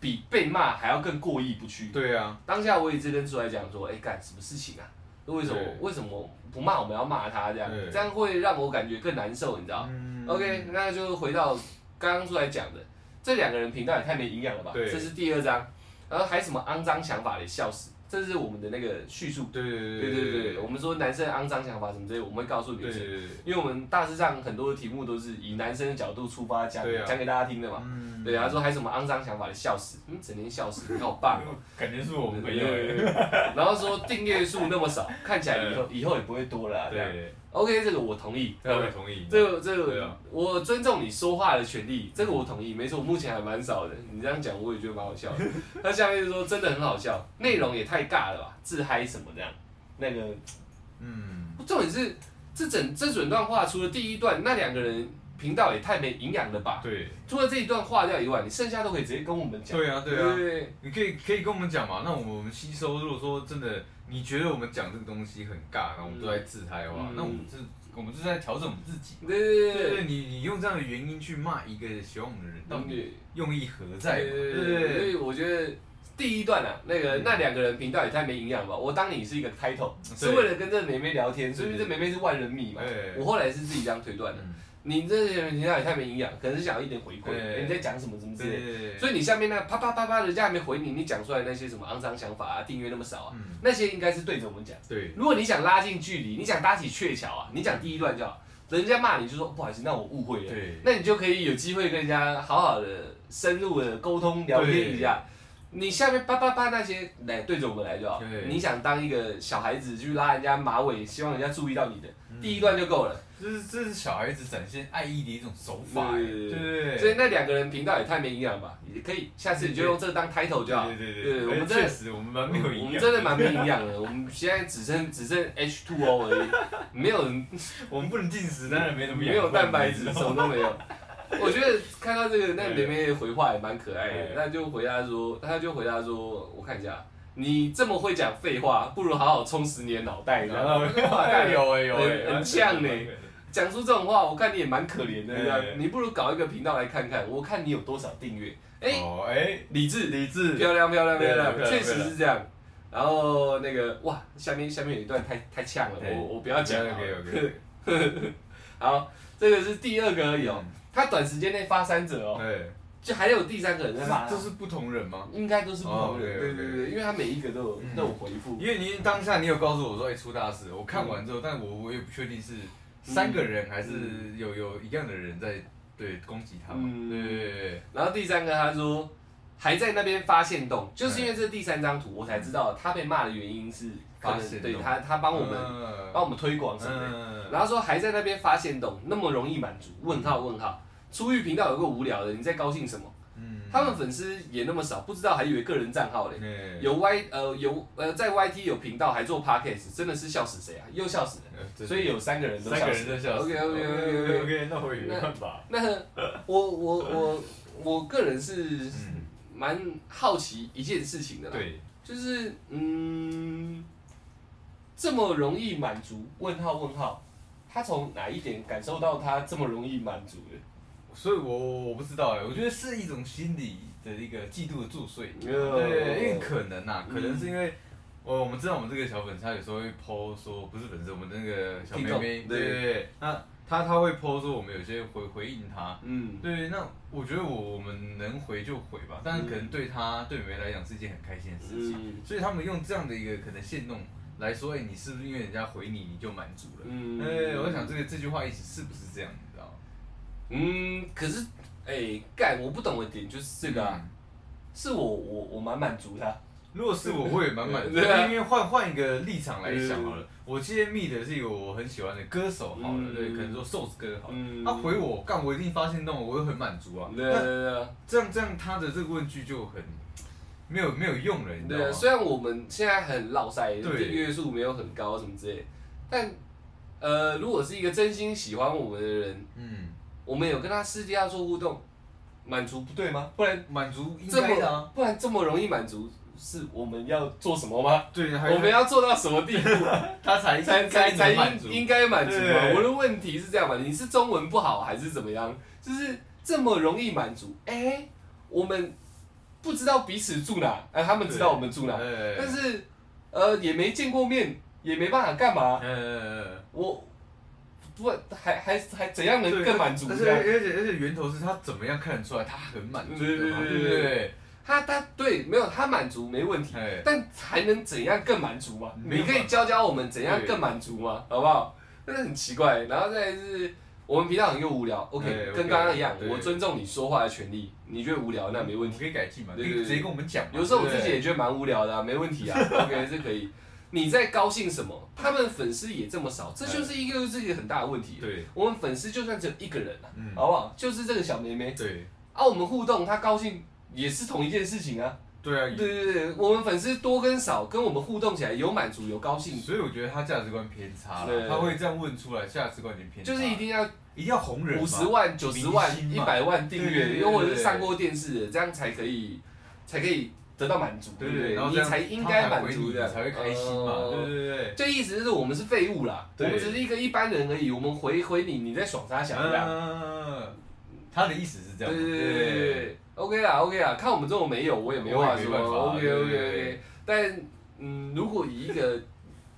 Speaker 1: 比被骂还要更过意不去。
Speaker 2: 对啊，
Speaker 1: 当下我也是跟出来讲说，哎、干什么事情啊？为什么
Speaker 2: 对
Speaker 1: 为什么不骂我们要骂他这样？
Speaker 2: 对
Speaker 1: 这样会让我感觉更难受，你知道、
Speaker 2: 嗯
Speaker 1: o k 那就回到刚刚出来讲的，这两个人频道也太没营养了吧？
Speaker 2: 对
Speaker 1: 这是第二章，然后还什么肮脏想法也笑死，这是我们的那个叙述。
Speaker 2: 对对
Speaker 1: 对对
Speaker 2: 对
Speaker 1: 对，我们说男生肮脏想法什么之类，我们会告诉女
Speaker 2: 对对
Speaker 1: 生，
Speaker 2: 对，
Speaker 1: 因为我们大致上很多的题目都是以男生的角度出发讲
Speaker 2: 对啊
Speaker 1: 讲给大家听的嘛。
Speaker 2: 嗯
Speaker 1: 对，啊他说还什么肮脏想法的笑死，嗯，整天笑死，你好棒哦。
Speaker 2: 感觉 是我们朋友，
Speaker 1: 对 然后说订阅数那么少，看起来以后以后也不会多了啊、这样
Speaker 2: 对，
Speaker 1: OK，这个我同意。
Speaker 2: 我也同意，
Speaker 1: 这个这
Speaker 2: 对
Speaker 1: 个、
Speaker 2: 啊
Speaker 1: 我尊重你说话的权利，这个我同意。没错，目前还蛮少的。你这样讲，我也觉得蛮好笑的。那下面就说真的很好笑，内容也太尬了吧，自嗨什么这样。那个
Speaker 2: 嗯，
Speaker 1: 重点是这整这整段话，除了第一段那两个人频道也太没营养了吧？
Speaker 2: 对
Speaker 1: 除了这一段划掉以外，你剩下都可以直接跟我们讲。
Speaker 2: 对啊对啊，
Speaker 1: 对
Speaker 2: 你可以可以跟我们讲嘛，那我们我们吸收，如果说真的你觉得我们讲这个东西很尬，然后我们都在自嗨的话，
Speaker 1: 嗯
Speaker 2: 那我们这我们就是在调整我们自己。
Speaker 1: 对对
Speaker 2: 对对，你你用这样的原因去骂一个喜欢我们的人，到底
Speaker 1: 对。
Speaker 2: 用意何在嘛？
Speaker 1: 对
Speaker 2: 对
Speaker 1: 对
Speaker 2: 对
Speaker 1: 对，所
Speaker 2: 对，
Speaker 1: 以我觉得第一段啊，那个
Speaker 2: 嗯
Speaker 1: 那两个人频道也太没营养了吧。我当你是一个 title，
Speaker 2: 对
Speaker 1: 是为了跟这个妹妹聊天，
Speaker 2: 对
Speaker 1: 所以这妹妹是万人迷嘛
Speaker 2: 对。
Speaker 1: 我后来是自己这样推断的。
Speaker 2: 嗯
Speaker 1: 你这些人频道也太没营养，可能是想要一点回馈，
Speaker 2: 对
Speaker 1: 诶你在讲什么什么之
Speaker 2: 对
Speaker 1: 类的。
Speaker 2: 对对，
Speaker 1: 所以你下面那啪啪啪啪，人家还没回你，你讲出来那些什么肮脏想法啊，订阅那么少啊，
Speaker 2: 嗯，
Speaker 1: 那些应该是对着我们讲。
Speaker 2: 对
Speaker 1: 如果你想拉近距离，你想搭起鹊桥啊，你讲第一段就好，人家骂你就说不好意思，那我误会了。
Speaker 2: 对
Speaker 1: 那你就可以有机会跟人家好好的深入的沟通聊天一下。你下面叭叭叭那些来对着我们来就好
Speaker 2: 对。
Speaker 1: 你想当一个小孩子去拉人家马尾，希望人家注意到你的，
Speaker 2: 嗯
Speaker 1: 第一段就够了。
Speaker 2: 这是这是小孩子展现爱意的一种手法，哎
Speaker 1: 对对
Speaker 2: 对
Speaker 1: 对
Speaker 2: 对
Speaker 1: 所以
Speaker 2: 对，
Speaker 1: 那两个人频道也太没营养吧？也可以，下次你就用这个当 title 就好。
Speaker 2: 对对
Speaker 1: 对
Speaker 2: 对，
Speaker 1: 我们
Speaker 2: 哎
Speaker 1: 真的
Speaker 2: 确实我们蛮没有营
Speaker 1: 我
Speaker 2: 养
Speaker 1: 们真的蛮没营养的，我们现在只剩只剩 H2O 而已，没有人
Speaker 2: 我们不能进食，当然没什么养
Speaker 1: 没有
Speaker 2: 分
Speaker 1: 蛋白
Speaker 2: 你
Speaker 1: 质，
Speaker 2: 知
Speaker 1: 什
Speaker 2: 道吗
Speaker 1: 么都没有。我觉得看到这个那
Speaker 2: 对
Speaker 1: 妹
Speaker 2: 啊
Speaker 1: 妹的回话也蛮可爱的
Speaker 2: 对，
Speaker 1: 那就回答说，她就回答说，我看一下，你这么会讲废话，不如好好充实你的脑袋，然后
Speaker 2: 哎有哎有哎，
Speaker 1: 很很呛呢讲出这种话，我看你也蛮可怜的，
Speaker 2: 对
Speaker 1: 这样你不如搞一个频道来看看，我看你有多少订阅。哎，
Speaker 2: 哦哎，
Speaker 1: 理智，
Speaker 2: 理智，
Speaker 1: 漂亮漂亮
Speaker 2: 对
Speaker 1: 漂亮，
Speaker 2: 漂亮
Speaker 1: 确实是这样。然后那个哇，下面下面有一段太太呛了，
Speaker 2: 对
Speaker 1: 我我不要讲了。
Speaker 2: OK OK，
Speaker 1: 好，这个是第二个而已
Speaker 2: 嗯
Speaker 1: 哦，他短时间内发三折哦，
Speaker 2: 对，
Speaker 1: 就还有第三个人在啊发，
Speaker 2: 这是不同人吗？
Speaker 1: 应该都是不同人，
Speaker 2: 哦
Speaker 1: 对
Speaker 2: ，OK，OK
Speaker 1: 对对，因为他每一个都有
Speaker 2: 嗯
Speaker 1: 都有回复，
Speaker 2: 因为你当下你有告诉我说，哎，出大事，我看
Speaker 1: 嗯
Speaker 2: 完之后，但我我也不确定是三个人还是有有一样的人在对攻击他
Speaker 1: 嗯
Speaker 2: 嘛，对对对对，
Speaker 1: 然后第三个他说还在那边发现洞，就是因为这第三张图我才知道他被骂的原因是可能
Speaker 2: 发现洞
Speaker 1: 对他他帮我们
Speaker 2: 们
Speaker 1: 帮我们推广什么的，
Speaker 2: 嗯，
Speaker 1: 然后说还在那边发现洞，那么容易满足？问号问号，出狱频道有个无聊的，你在高兴什么？
Speaker 2: 嗯
Speaker 1: 他们粉丝也那么少，不知道还以为个人账号嘞。
Speaker 2: 哎
Speaker 1: 有 Y 呃有呃在 YT 有频道还做 Podcast，真的是笑死谁啊？又笑死人，
Speaker 2: 呃对
Speaker 1: 所以有三个人都
Speaker 2: 三个
Speaker 1: 笑
Speaker 2: 人
Speaker 1: 死。
Speaker 2: 在笑死。
Speaker 1: OK OK OK OK。
Speaker 2: OK，那我也没办法。
Speaker 1: 那我我我我个人是
Speaker 2: 嗯，
Speaker 1: 蛮好奇一件事情的啦，
Speaker 2: 对，
Speaker 1: 就是嗯，这么容易满足？问号问号，他从哪一点感受到他这么容易满足的？
Speaker 2: 所以我我不知道哎，我觉得是一种心理的一个嫉妒的作祟。
Speaker 1: 呃
Speaker 2: 对，因为可能呐、
Speaker 1: 嗯
Speaker 2: 可能是因为我我们知道我们这个小粉丝，他有时候会 PO 说，不是粉丝，我们的那个小妹
Speaker 1: 听
Speaker 2: 妹，
Speaker 1: 众
Speaker 2: 对对对，那他他会 PO 说我们有些回回应他，
Speaker 1: 嗯，
Speaker 2: 对，那我觉得我我们能回就回吧，但是可能对他、对美眉来讲是一件很开心的事情，
Speaker 1: 嗯
Speaker 2: 所以他们用这样的一个可能限动来说，哎、你是不是因为人家回你你就满足了？
Speaker 1: 嗯
Speaker 2: 哎、我想这个这句话意思是不是这样，你知道吗？
Speaker 1: 嗯，可是哎，干、我不懂的点就是这个、啊，
Speaker 2: 嗯
Speaker 1: 是我我我蛮满足的啊、
Speaker 2: 如果是我，我也满满的，
Speaker 1: 对啊
Speaker 2: 因为换换一个立场来想好了。我今天 meet 的是一个我很喜欢的歌手，好了，
Speaker 1: 嗯
Speaker 2: 对，可能说瘦子哥好了，
Speaker 1: 嗯
Speaker 2: 他回我干，我一定发现到，我会很满足啊。
Speaker 1: 对啊
Speaker 2: 那
Speaker 1: 对啊对啊
Speaker 2: 这样这样，他的这个问句就很没有没有用了，你知道
Speaker 1: 对啊，
Speaker 2: 吗？
Speaker 1: 虽然我们现在很老塞，
Speaker 2: 对
Speaker 1: 订阅数没有很高什么之类，但呃，如果是一个真心喜欢我们的人，
Speaker 2: 嗯，
Speaker 1: 我们有跟他私底下做互动，满足不对吗？不然
Speaker 2: 满足应
Speaker 1: 这
Speaker 2: 该
Speaker 1: 么、
Speaker 2: 的啊。
Speaker 1: 不然这么容易满足，是我们要做什么吗？
Speaker 2: 对，还
Speaker 1: 我们要做到什么地步
Speaker 2: 他才
Speaker 1: 才才才
Speaker 2: 才满足
Speaker 1: 应。应该满足嘛？
Speaker 2: 对
Speaker 1: 我的问题是这样嘛？你是中文不好还是怎么样？就是这么容易满足？哎、我们不知道彼此住哪，哎、他们知道我们住哪，
Speaker 2: 对
Speaker 1: 但是呃也没见过面，也没办法干嘛？
Speaker 2: 呃，
Speaker 1: 我不还还还怎样能
Speaker 2: 对
Speaker 1: 更满足
Speaker 2: 而
Speaker 1: 这
Speaker 2: 且
Speaker 1: 样
Speaker 2: 而？且而且源头是他怎么样看得出来他很满足的嘛，
Speaker 1: 对
Speaker 2: 对
Speaker 1: 对对
Speaker 2: 不
Speaker 1: 对
Speaker 2: 对？
Speaker 1: 他他对没有他满足没问题，
Speaker 2: 哎，
Speaker 1: 但还能怎样更满足嘛？啊
Speaker 2: 没有
Speaker 1: 你可以教教我们怎样更满足吗？好不好？真的很奇怪。然后再来是我们频道很又无聊
Speaker 2: 哎
Speaker 1: ，OK，
Speaker 2: ，OK，
Speaker 1: 跟刚刚一样，
Speaker 2: 对
Speaker 1: 我尊重你说话的权利。你觉得无聊，那没问
Speaker 2: 我们
Speaker 1: 题。
Speaker 2: 可以改进嘛，可
Speaker 1: 对
Speaker 2: 以
Speaker 1: 对
Speaker 2: 直接跟我们讲嘛。
Speaker 1: 有时候我自己
Speaker 2: 对
Speaker 1: 也觉得蛮无聊的啊，没问 题啊，OK 是可以。你在高兴什么？他们粉丝也这么少，这就是一个又是一个很大的问题
Speaker 2: 不。对对，
Speaker 1: 我们粉丝就算只有一个人啊，
Speaker 2: 嗯，
Speaker 1: 好不好？就是这个小妹妹
Speaker 2: 对
Speaker 1: 啊，我们互动，她高兴也是同一件事情啊。
Speaker 2: 对啊，
Speaker 1: 对对对，我们粉丝多跟少跟我们互动起来，有满足有高兴，
Speaker 2: 所以我觉得他价值观偏差
Speaker 1: 对
Speaker 2: 了，他会这样问出来，价值观已经偏差，
Speaker 1: 就是一定要
Speaker 2: 一定要红人嘛
Speaker 1: 五十万、九十万
Speaker 2: 明、星
Speaker 1: 一
Speaker 2: 嘛
Speaker 1: 百万订
Speaker 2: 对对
Speaker 1: 阅，
Speaker 2: 对
Speaker 1: 因为我是
Speaker 2: 对
Speaker 1: 上过电视的，这样才可以，才可以得到满足，
Speaker 2: 对
Speaker 1: 不
Speaker 2: 对，然后这
Speaker 1: 你
Speaker 2: 样
Speaker 1: 才应该满足
Speaker 2: 他
Speaker 1: 的，
Speaker 2: 才回你才会开心嘛，
Speaker 1: 呃
Speaker 2: 对对对。
Speaker 1: 就意思就是我们是废物啦，我
Speaker 2: 对
Speaker 1: 们只是一个一般人而已，我们回回你，你在爽啥想这样？
Speaker 2: 嗯，他的意思是这
Speaker 1: 对
Speaker 2: 样嘛，
Speaker 1: 对对对对对，OK 啦 OK 啦，看我们这种没有，我也没话
Speaker 2: 我也
Speaker 1: 说
Speaker 2: 没办法
Speaker 1: ，OK
Speaker 2: 对
Speaker 1: OK
Speaker 2: 对对
Speaker 1: OK，但嗯，如果以一个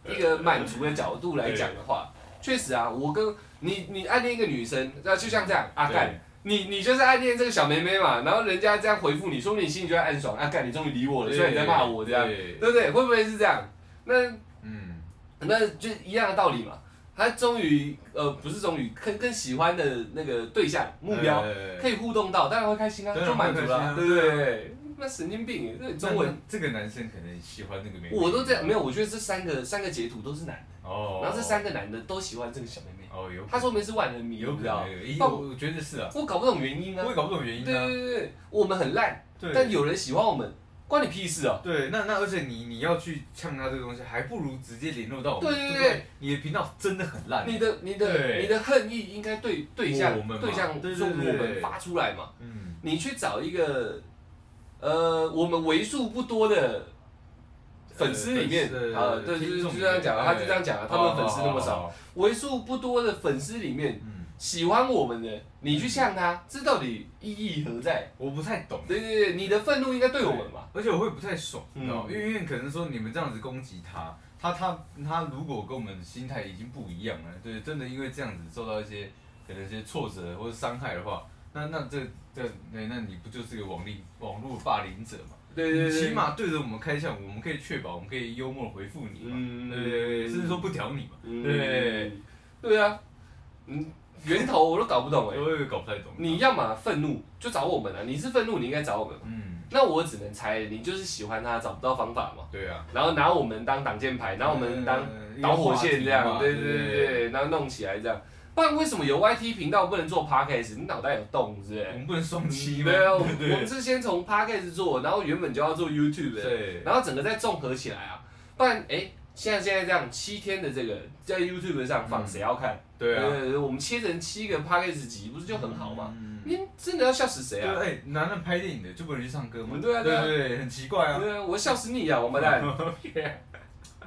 Speaker 1: 一个满足的角度来讲的话，确实啊，我跟你你暗恋一个女生，那就像这样，阿、啊、干，你你就是暗恋这个小妹妹嘛，然后人家这样回复你，说不定你心里就在暗爽，啊，干，你终于理我了，
Speaker 2: 对
Speaker 1: 虽然你在骂我这样，
Speaker 2: 对
Speaker 1: 对不对？会不会是这样？那
Speaker 2: 嗯，
Speaker 1: 那就一样的道理嘛。他终于呃，不是终于跟跟喜欢的那个对象目标可
Speaker 2: 以
Speaker 1: 以互动到，当然会开心啊，
Speaker 2: 当然
Speaker 1: 就满足了啊，
Speaker 2: 哎会
Speaker 1: 对
Speaker 2: 开
Speaker 1: 不
Speaker 2: 心啊
Speaker 1: 对？那神经病，这中文
Speaker 2: 这个男生可能喜欢那个妹妹，
Speaker 1: 我都这样，没有，我觉得这三个三个截图都是男的，
Speaker 2: 哦，
Speaker 1: 然后这三个男的都喜欢这个小妹妹，
Speaker 2: 哦有可能
Speaker 1: 他说明是万人迷，
Speaker 2: 有
Speaker 1: 你
Speaker 2: 可
Speaker 1: 知道
Speaker 2: 能
Speaker 1: 吗？
Speaker 2: 有，咦
Speaker 1: 但
Speaker 2: 我我觉得是啊，
Speaker 1: 我搞不懂原因啊
Speaker 2: 我，也搞不懂原
Speaker 1: 对
Speaker 2: 因啊
Speaker 1: 对，对对，我们很烂，
Speaker 2: 对
Speaker 1: 但有人喜欢我们，关你屁事哦。
Speaker 2: 对，那那而且你你要去呛他这个东西，还不如直接联络到我们。
Speaker 1: 对对
Speaker 2: 不
Speaker 1: 对，
Speaker 2: 你的频道真的很烂。
Speaker 1: 你的你的
Speaker 2: 对
Speaker 1: 你的恨意应该对对象
Speaker 2: 我们嘛
Speaker 1: 对象
Speaker 2: 对对
Speaker 1: 说我
Speaker 2: 对
Speaker 1: 们发出来嘛，
Speaker 2: 嗯，
Speaker 1: 你去找一个呃我们为数不多的粉丝里面
Speaker 2: 呃粉丝的
Speaker 1: 啊，对，就是
Speaker 2: 听
Speaker 1: 就
Speaker 2: 众里面哎
Speaker 1: 这
Speaker 2: 哦
Speaker 1: 样讲啊，
Speaker 2: 对
Speaker 1: 他就这样讲啊，他们粉丝那么少，，
Speaker 2: 好好好
Speaker 1: 为数不多的粉丝里面
Speaker 2: 嗯，
Speaker 1: 喜欢我们的，你去呛他，这到底意义何在？
Speaker 2: 我不太懂，
Speaker 1: 对对对，你的愤怒应该对我们嘛，
Speaker 2: 而且我会不太爽，你知道吗？
Speaker 1: 嗯
Speaker 2: 因为因为可能说你们这样子攻击他，他他他如果跟我们心态已经不一样了，对，真的因为这样子受到一些可能一些挫折或者伤害的话，那那这这那那你不就是个网力网络霸凌者吗？
Speaker 1: 对对对，
Speaker 2: 起码对着我们开枪，我们可以确保我们可以幽默地回复你嘛，
Speaker 1: 嗯
Speaker 2: 对对对，甚至说不屌你嘛，
Speaker 1: 对
Speaker 2: 对，
Speaker 1: 嗯对啊，嗯，源头我都搞不懂
Speaker 2: 我
Speaker 1: 哎、
Speaker 2: 也搞不太懂。
Speaker 1: 你要么愤怒就找我们啊，你是愤怒你应该找我们，
Speaker 2: 嗯，
Speaker 1: 那我只能猜你就是喜欢他找不到方法嘛，
Speaker 2: 对啊，
Speaker 1: 然后拿我们当挡箭牌，拿我们当
Speaker 2: 呃
Speaker 1: 导火线这样，对
Speaker 2: 一
Speaker 1: 对
Speaker 2: 个话题
Speaker 1: 对
Speaker 2: 嘛
Speaker 1: 对，对然后弄起来这样，不然为什么有 YT 频道不能做 Podcast？你脑袋有洞是不
Speaker 2: 我
Speaker 1: 是？
Speaker 2: 们不能双七吗？
Speaker 1: 对啊，我
Speaker 2: 对
Speaker 1: 我们是先从 Podcast 做，然后原本就要做 YouTube 的，
Speaker 2: 对，
Speaker 1: 然后整个再综合起来啊，不然哎、诶现在现在这样七天的这个在 YouTube 上放，
Speaker 2: 嗯
Speaker 1: 谁要看？
Speaker 2: 对啊，
Speaker 1: 呃我们切成七个 p a c k a g e 集，不是就很好吗？
Speaker 2: 嗯？
Speaker 1: 你真的要笑死谁
Speaker 2: 对，
Speaker 1: 啊？
Speaker 2: 哎，男人拍电影的就不能去唱歌吗？
Speaker 1: 对啊对
Speaker 2: 对
Speaker 1: 啊
Speaker 2: 对，很奇怪啊。
Speaker 1: 对啊，我笑死你啊，王八蛋！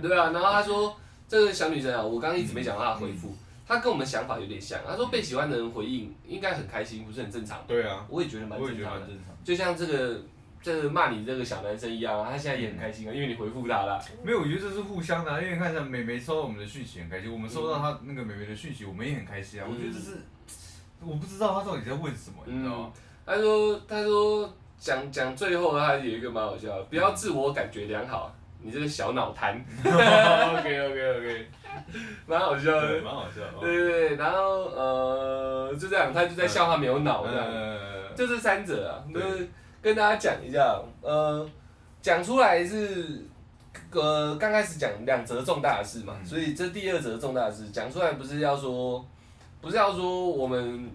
Speaker 1: 对啊，然后他说这个小女生啊，我刚刚一直没讲到她的回复，她跟我们想法有点像。她说被喜欢的人回应应该很开心，不是很正常？
Speaker 2: 对啊，
Speaker 1: 我也觉得蛮
Speaker 2: 我也
Speaker 1: 正
Speaker 2: 觉得
Speaker 1: 常的
Speaker 2: 蛮。正常。
Speaker 1: 就像这个就是骂你这个小男生一样啊，他现在也很开心啊，因为你回复他了。
Speaker 2: 没有，我觉得这是互相的、啊，因为你看像美眉收到我们的讯息很开心，我们收到她那个美眉的讯息，我们也很开心啊。
Speaker 1: 嗯
Speaker 2: 我觉得这是，我不知道她到底在问什么，你知道吗？
Speaker 1: 他说他说讲讲最后他有一个蛮好笑的，不要自我感觉良好，你这个小脑 瘫，
Speaker 2: OK OK OK，
Speaker 1: 蛮好笑的。
Speaker 2: 蛮好笑
Speaker 1: 对啊
Speaker 2: 的。
Speaker 1: 哦对对，然后呃就这样，他就在笑他没有脑这样。
Speaker 2: 呃，
Speaker 1: 就这三者啊，就
Speaker 2: 对
Speaker 1: 是跟大家讲一下，呃，讲出来是呃刚开始讲两则重大的事嘛，
Speaker 2: 嗯
Speaker 1: 所以这第二则重大的事讲出来不是要说，不是要说我们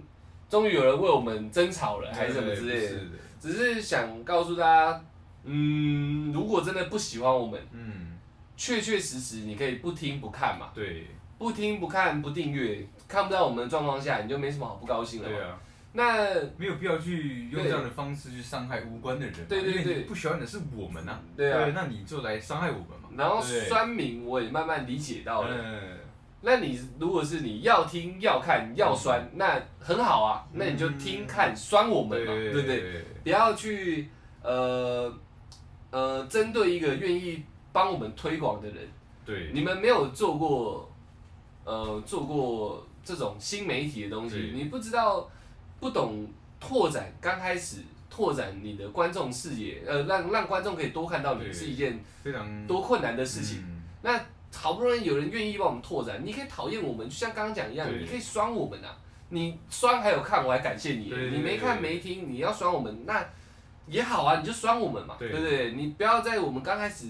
Speaker 1: 终于有人为我们争吵了还是什么之类
Speaker 2: 对
Speaker 1: 的，
Speaker 2: 呃不是
Speaker 1: 只是想告诉大家，嗯，如果真的不喜欢我们，
Speaker 2: 嗯，
Speaker 1: 确确实实你可以不听不看嘛，
Speaker 2: 对，
Speaker 1: 不听不看不订阅，看不到我们的状况下，你就没什么好不高兴了嘛。
Speaker 2: 对啊，
Speaker 1: 那
Speaker 2: 没有必要去用
Speaker 1: 对
Speaker 2: 这样的方式去伤害无关的人嘛，啊
Speaker 1: 对对
Speaker 2: 因为
Speaker 1: 对
Speaker 2: 你不喜欢的是我们呐，
Speaker 1: 对啊
Speaker 2: 那你就来伤害我们嘛，
Speaker 1: 然后
Speaker 2: 对
Speaker 1: 酸民我也慢慢理解到了。
Speaker 2: 嗯，
Speaker 1: 那你如果是你要听要看要酸，那很好啊，那你就听看酸我们嘛，
Speaker 2: 嗯对
Speaker 1: 对不对？
Speaker 2: 对？
Speaker 1: 不要去呃呃针对一个愿意帮我们推广的人，
Speaker 2: 对，
Speaker 1: 你们没有做过呃做过这种新媒体的东西
Speaker 2: 对，
Speaker 1: 你不知道不懂拓展，刚开始拓展你的观众视野，呃，让让观众可以多看到你
Speaker 2: 对嗯
Speaker 1: 是一件
Speaker 2: 非常
Speaker 1: 多困难的事情。
Speaker 2: 嗯
Speaker 1: 那好不容易有人愿意帮我们拓展，你可以讨厌我们，就像刚刚讲一样，
Speaker 2: 对
Speaker 1: 你可以酸我们啊。你酸还有看，我还感谢你。
Speaker 2: 对对
Speaker 1: 你没看
Speaker 2: 对
Speaker 1: 没听，你要酸我们那也好啊，你就酸我们嘛，
Speaker 2: 对
Speaker 1: 对不对？你不要在我们刚开始，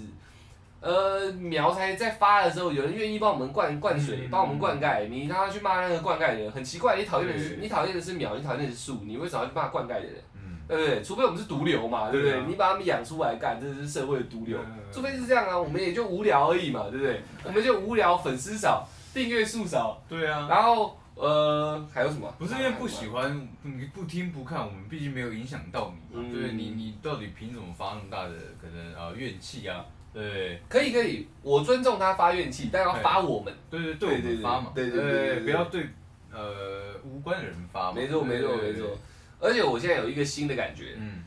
Speaker 1: 呃，苗才在发的时候，有人愿意帮我们灌灌水，
Speaker 2: 嗯
Speaker 1: 帮我们灌溉，你让他去骂那个灌溉的人，很奇怪。你讨厌的是
Speaker 2: 对
Speaker 1: 你讨厌的是苗，你讨厌的是树，你为什么要去骂灌溉的人？
Speaker 2: 嗯，
Speaker 1: 对不对？除非我们是毒瘤嘛，对不对？
Speaker 2: 对啊
Speaker 1: 你把他们养出来干，这是社会的毒瘤。
Speaker 2: 嗯
Speaker 1: 除非是这样啊，我们也就无聊而已嘛，对不对？我们就无聊，粉丝少，订阅数少，
Speaker 2: 对啊，
Speaker 1: 然后呃还有什么？
Speaker 2: 不是因为不喜欢，你不听不看，我们毕竟没有影响到你嘛
Speaker 1: 嗯。
Speaker 2: 对你，你到底凭什么发那么大的可能啊怨气啊？对
Speaker 1: 可以可以，我尊重他发怨气，但要发我们。
Speaker 2: 对对，
Speaker 1: 对
Speaker 2: 对我
Speaker 1: 对
Speaker 2: 们
Speaker 1: 对
Speaker 2: 发嘛，
Speaker 1: 对对对对对
Speaker 2: 不要对呃无关的人发嘛。
Speaker 1: 没错没错
Speaker 2: 对
Speaker 1: 没错。。而且我现在有一个新的感觉，
Speaker 2: 嗯，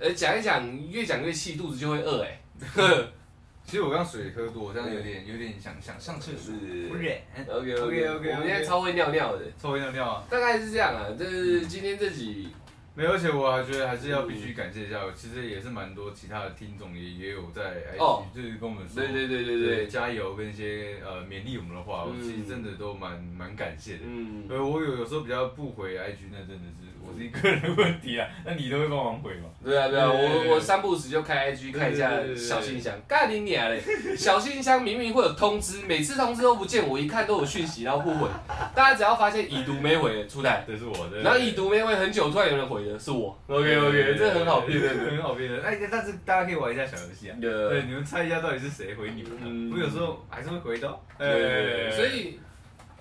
Speaker 1: 呃，讲一讲越讲越气，肚子就会饿哎、
Speaker 2: 其实我刚水喝多，这样有点有点想想上厕所，
Speaker 1: 是
Speaker 2: 不忍。
Speaker 1: OK OK
Speaker 2: OK，OK，OK
Speaker 1: OK，我们现在超会尿尿的，
Speaker 2: 抽一尿尿啊！
Speaker 1: 大概是这样啊。就是今天这集，
Speaker 2: 没有，而且我还觉得还是要必
Speaker 1: 嗯
Speaker 2: 须感谢一下，其实也是蛮多其他的听众也也有在 IG，
Speaker 1: 哦
Speaker 2: 就是跟我们说，
Speaker 1: 对对对对
Speaker 2: 对，
Speaker 1: 对，
Speaker 2: 加油跟一些呃勉励我们的话，我
Speaker 1: 嗯
Speaker 2: 其实真的都蛮蛮感谢的。
Speaker 1: 嗯，
Speaker 2: 呃，我有有时候比较不回 IG，那真的是我自己个人的问题啊。那你都会帮忙回吗？
Speaker 1: 对啊对啊，
Speaker 2: 对对对
Speaker 1: 我我三不五时就开 IG 看一下
Speaker 2: 对对对对对
Speaker 1: 小信箱，干你娘嘞！小信箱明明会有通知，每次通知都不见，我一看都有讯息，然后不回。大家只要发现已读没回，出来，
Speaker 2: 这是我的。
Speaker 1: 然后已读没回很久，突然有人回的是我。OK
Speaker 2: 对
Speaker 1: OK，
Speaker 2: 对对
Speaker 1: 这很好
Speaker 2: 对
Speaker 1: 骗
Speaker 2: 对对
Speaker 1: 人
Speaker 2: 很好骗人。哎，但是大家可以玩一下小游戏啊。
Speaker 1: 的。
Speaker 2: 对，你们猜一下到底是谁回你们
Speaker 1: 嗯
Speaker 2: 的。我有时候还是会回的哦。
Speaker 1: 对，
Speaker 2: 哎
Speaker 1: 所以。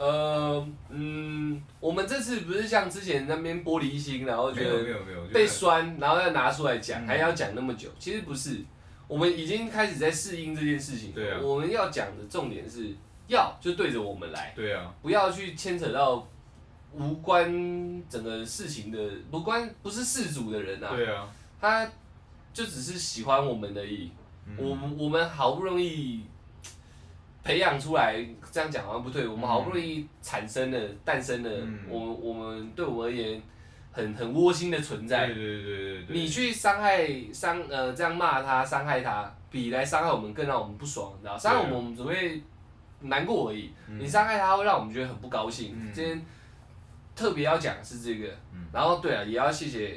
Speaker 1: 呃，嗯，我们这次不是像之前那边玻璃心，然后觉
Speaker 2: 没有
Speaker 1: 得
Speaker 2: 没有没有，我觉得
Speaker 1: 被酸，然后要拿出来讲，
Speaker 2: 啊嗯
Speaker 1: 还要讲那么久，其实不是，我们已经开始在适应这件事情。
Speaker 2: 对啊
Speaker 1: 我们要讲的重点是要就对着我们来，
Speaker 2: 对啊，
Speaker 1: 不要去牵扯到无关整个事情的无关不是事主的人啊，
Speaker 2: 对啊，
Speaker 1: 他就只是喜欢我们而已。
Speaker 2: 嗯
Speaker 1: 我们我们好不容易培养出来，这样讲好像不对。我们好不容易产生了、诞生了，
Speaker 2: 嗯
Speaker 1: 我们我们对我们而言很很窝心的存在
Speaker 2: 对。对对对对对，
Speaker 1: 你去伤害伤呃这样骂他伤害他，比来伤害我们更让我们不爽，你知道？伤害我们我们只会难过而已，
Speaker 2: 啊嗯
Speaker 1: 你伤害他会让我们觉得很不高兴。
Speaker 2: 嗯
Speaker 1: 今天特别要讲的是这个，
Speaker 2: 嗯
Speaker 1: 然后对啊，也要谢谢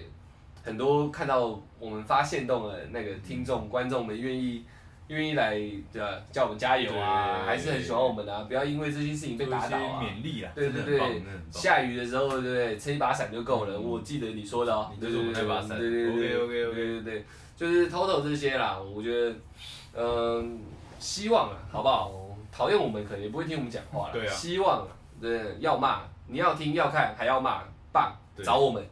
Speaker 1: 很多看到我们发现动的那个听众、观众们愿意。愿意来对吧？叫我们加油啊，
Speaker 2: 对
Speaker 1: 还是很喜欢我们的、啊，不要因为这件事情被打倒
Speaker 2: 做一
Speaker 1: 啊
Speaker 2: 些。勉励啊，
Speaker 1: 对对对
Speaker 2: 真的很棒真的很棒
Speaker 1: 下雨的时候，对不对？撑一把伞就够了。
Speaker 2: 嗯
Speaker 1: 我记得你说的哦，
Speaker 2: 你
Speaker 1: 对
Speaker 2: 就
Speaker 1: 对
Speaker 2: 是我们
Speaker 1: 对
Speaker 2: 那把伞
Speaker 1: 对对对
Speaker 2: OK，OK，OK
Speaker 1: 对对对，就是偷偷这些啦。我觉得，嗯，希望啊，好不好？讨厌我们可能也不会听我们讲话了。
Speaker 2: 对啊
Speaker 1: 希望啊，对，要骂，你要听要看还要骂，棒，
Speaker 2: 对
Speaker 1: 找我们。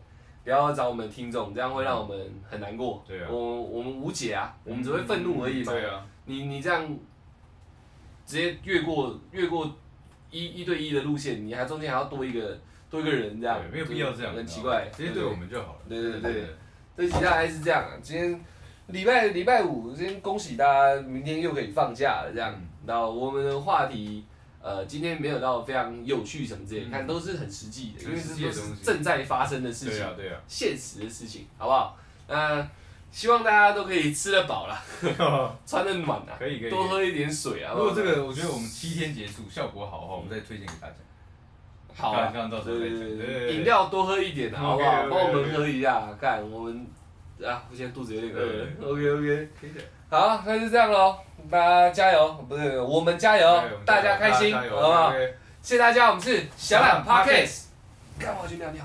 Speaker 1: 不要找我们听众，这样会让我们很难过。
Speaker 2: 对啊
Speaker 1: 我我们无解啊，我们只会愤怒而已嘛。
Speaker 2: 对啊，
Speaker 1: 你你这样直接越过越过一一对一的路线，你还中间还要多一个多一个人这样
Speaker 2: 对，，没有必要这样，啊
Speaker 1: 很奇怪。
Speaker 2: 直接对我们就好了。
Speaker 1: 对对对
Speaker 2: 真的
Speaker 1: 这集大概是这样啊。今天礼拜礼拜五，先恭喜大家，明天又可以放假了，这样
Speaker 2: 嗯。
Speaker 1: 那我们的话题，呃，今天没有到非常有趣什么之类的，
Speaker 2: 嗯
Speaker 1: 看都是很实际的，因
Speaker 2: 很
Speaker 1: 为
Speaker 2: 实
Speaker 1: 这
Speaker 2: 际
Speaker 1: 都
Speaker 2: 的
Speaker 1: 是
Speaker 2: 东西
Speaker 1: 正在发生的事
Speaker 2: 对
Speaker 1: 情，
Speaker 2: 啊，对啊，
Speaker 1: 现实的事情，好不好？那希望大家都可以吃得饱啦，穿得暖啊啦，
Speaker 2: 可以可以。
Speaker 1: 多
Speaker 2: 可以
Speaker 1: 喝一点水啊。
Speaker 2: 如果这个，我觉得我们七天结束效果好的话，我们再推荐给大家。
Speaker 1: 好啊
Speaker 2: 看，看到时候再
Speaker 1: 对
Speaker 2: 讲
Speaker 1: 对
Speaker 2: 对对
Speaker 1: 对，
Speaker 2: 对
Speaker 1: 饮料多喝一点啊，好不
Speaker 2: OK，OK，OK
Speaker 1: 好？帮我们喝一下，看我们啊，我现在肚子有点饿了。OK OK，
Speaker 2: 可以的。
Speaker 1: 好，那就这样喽，大家加油，不是我们加油，大家开心，好不好？谢谢大家，我们是小懒 Pockets，干嘛去尿尿？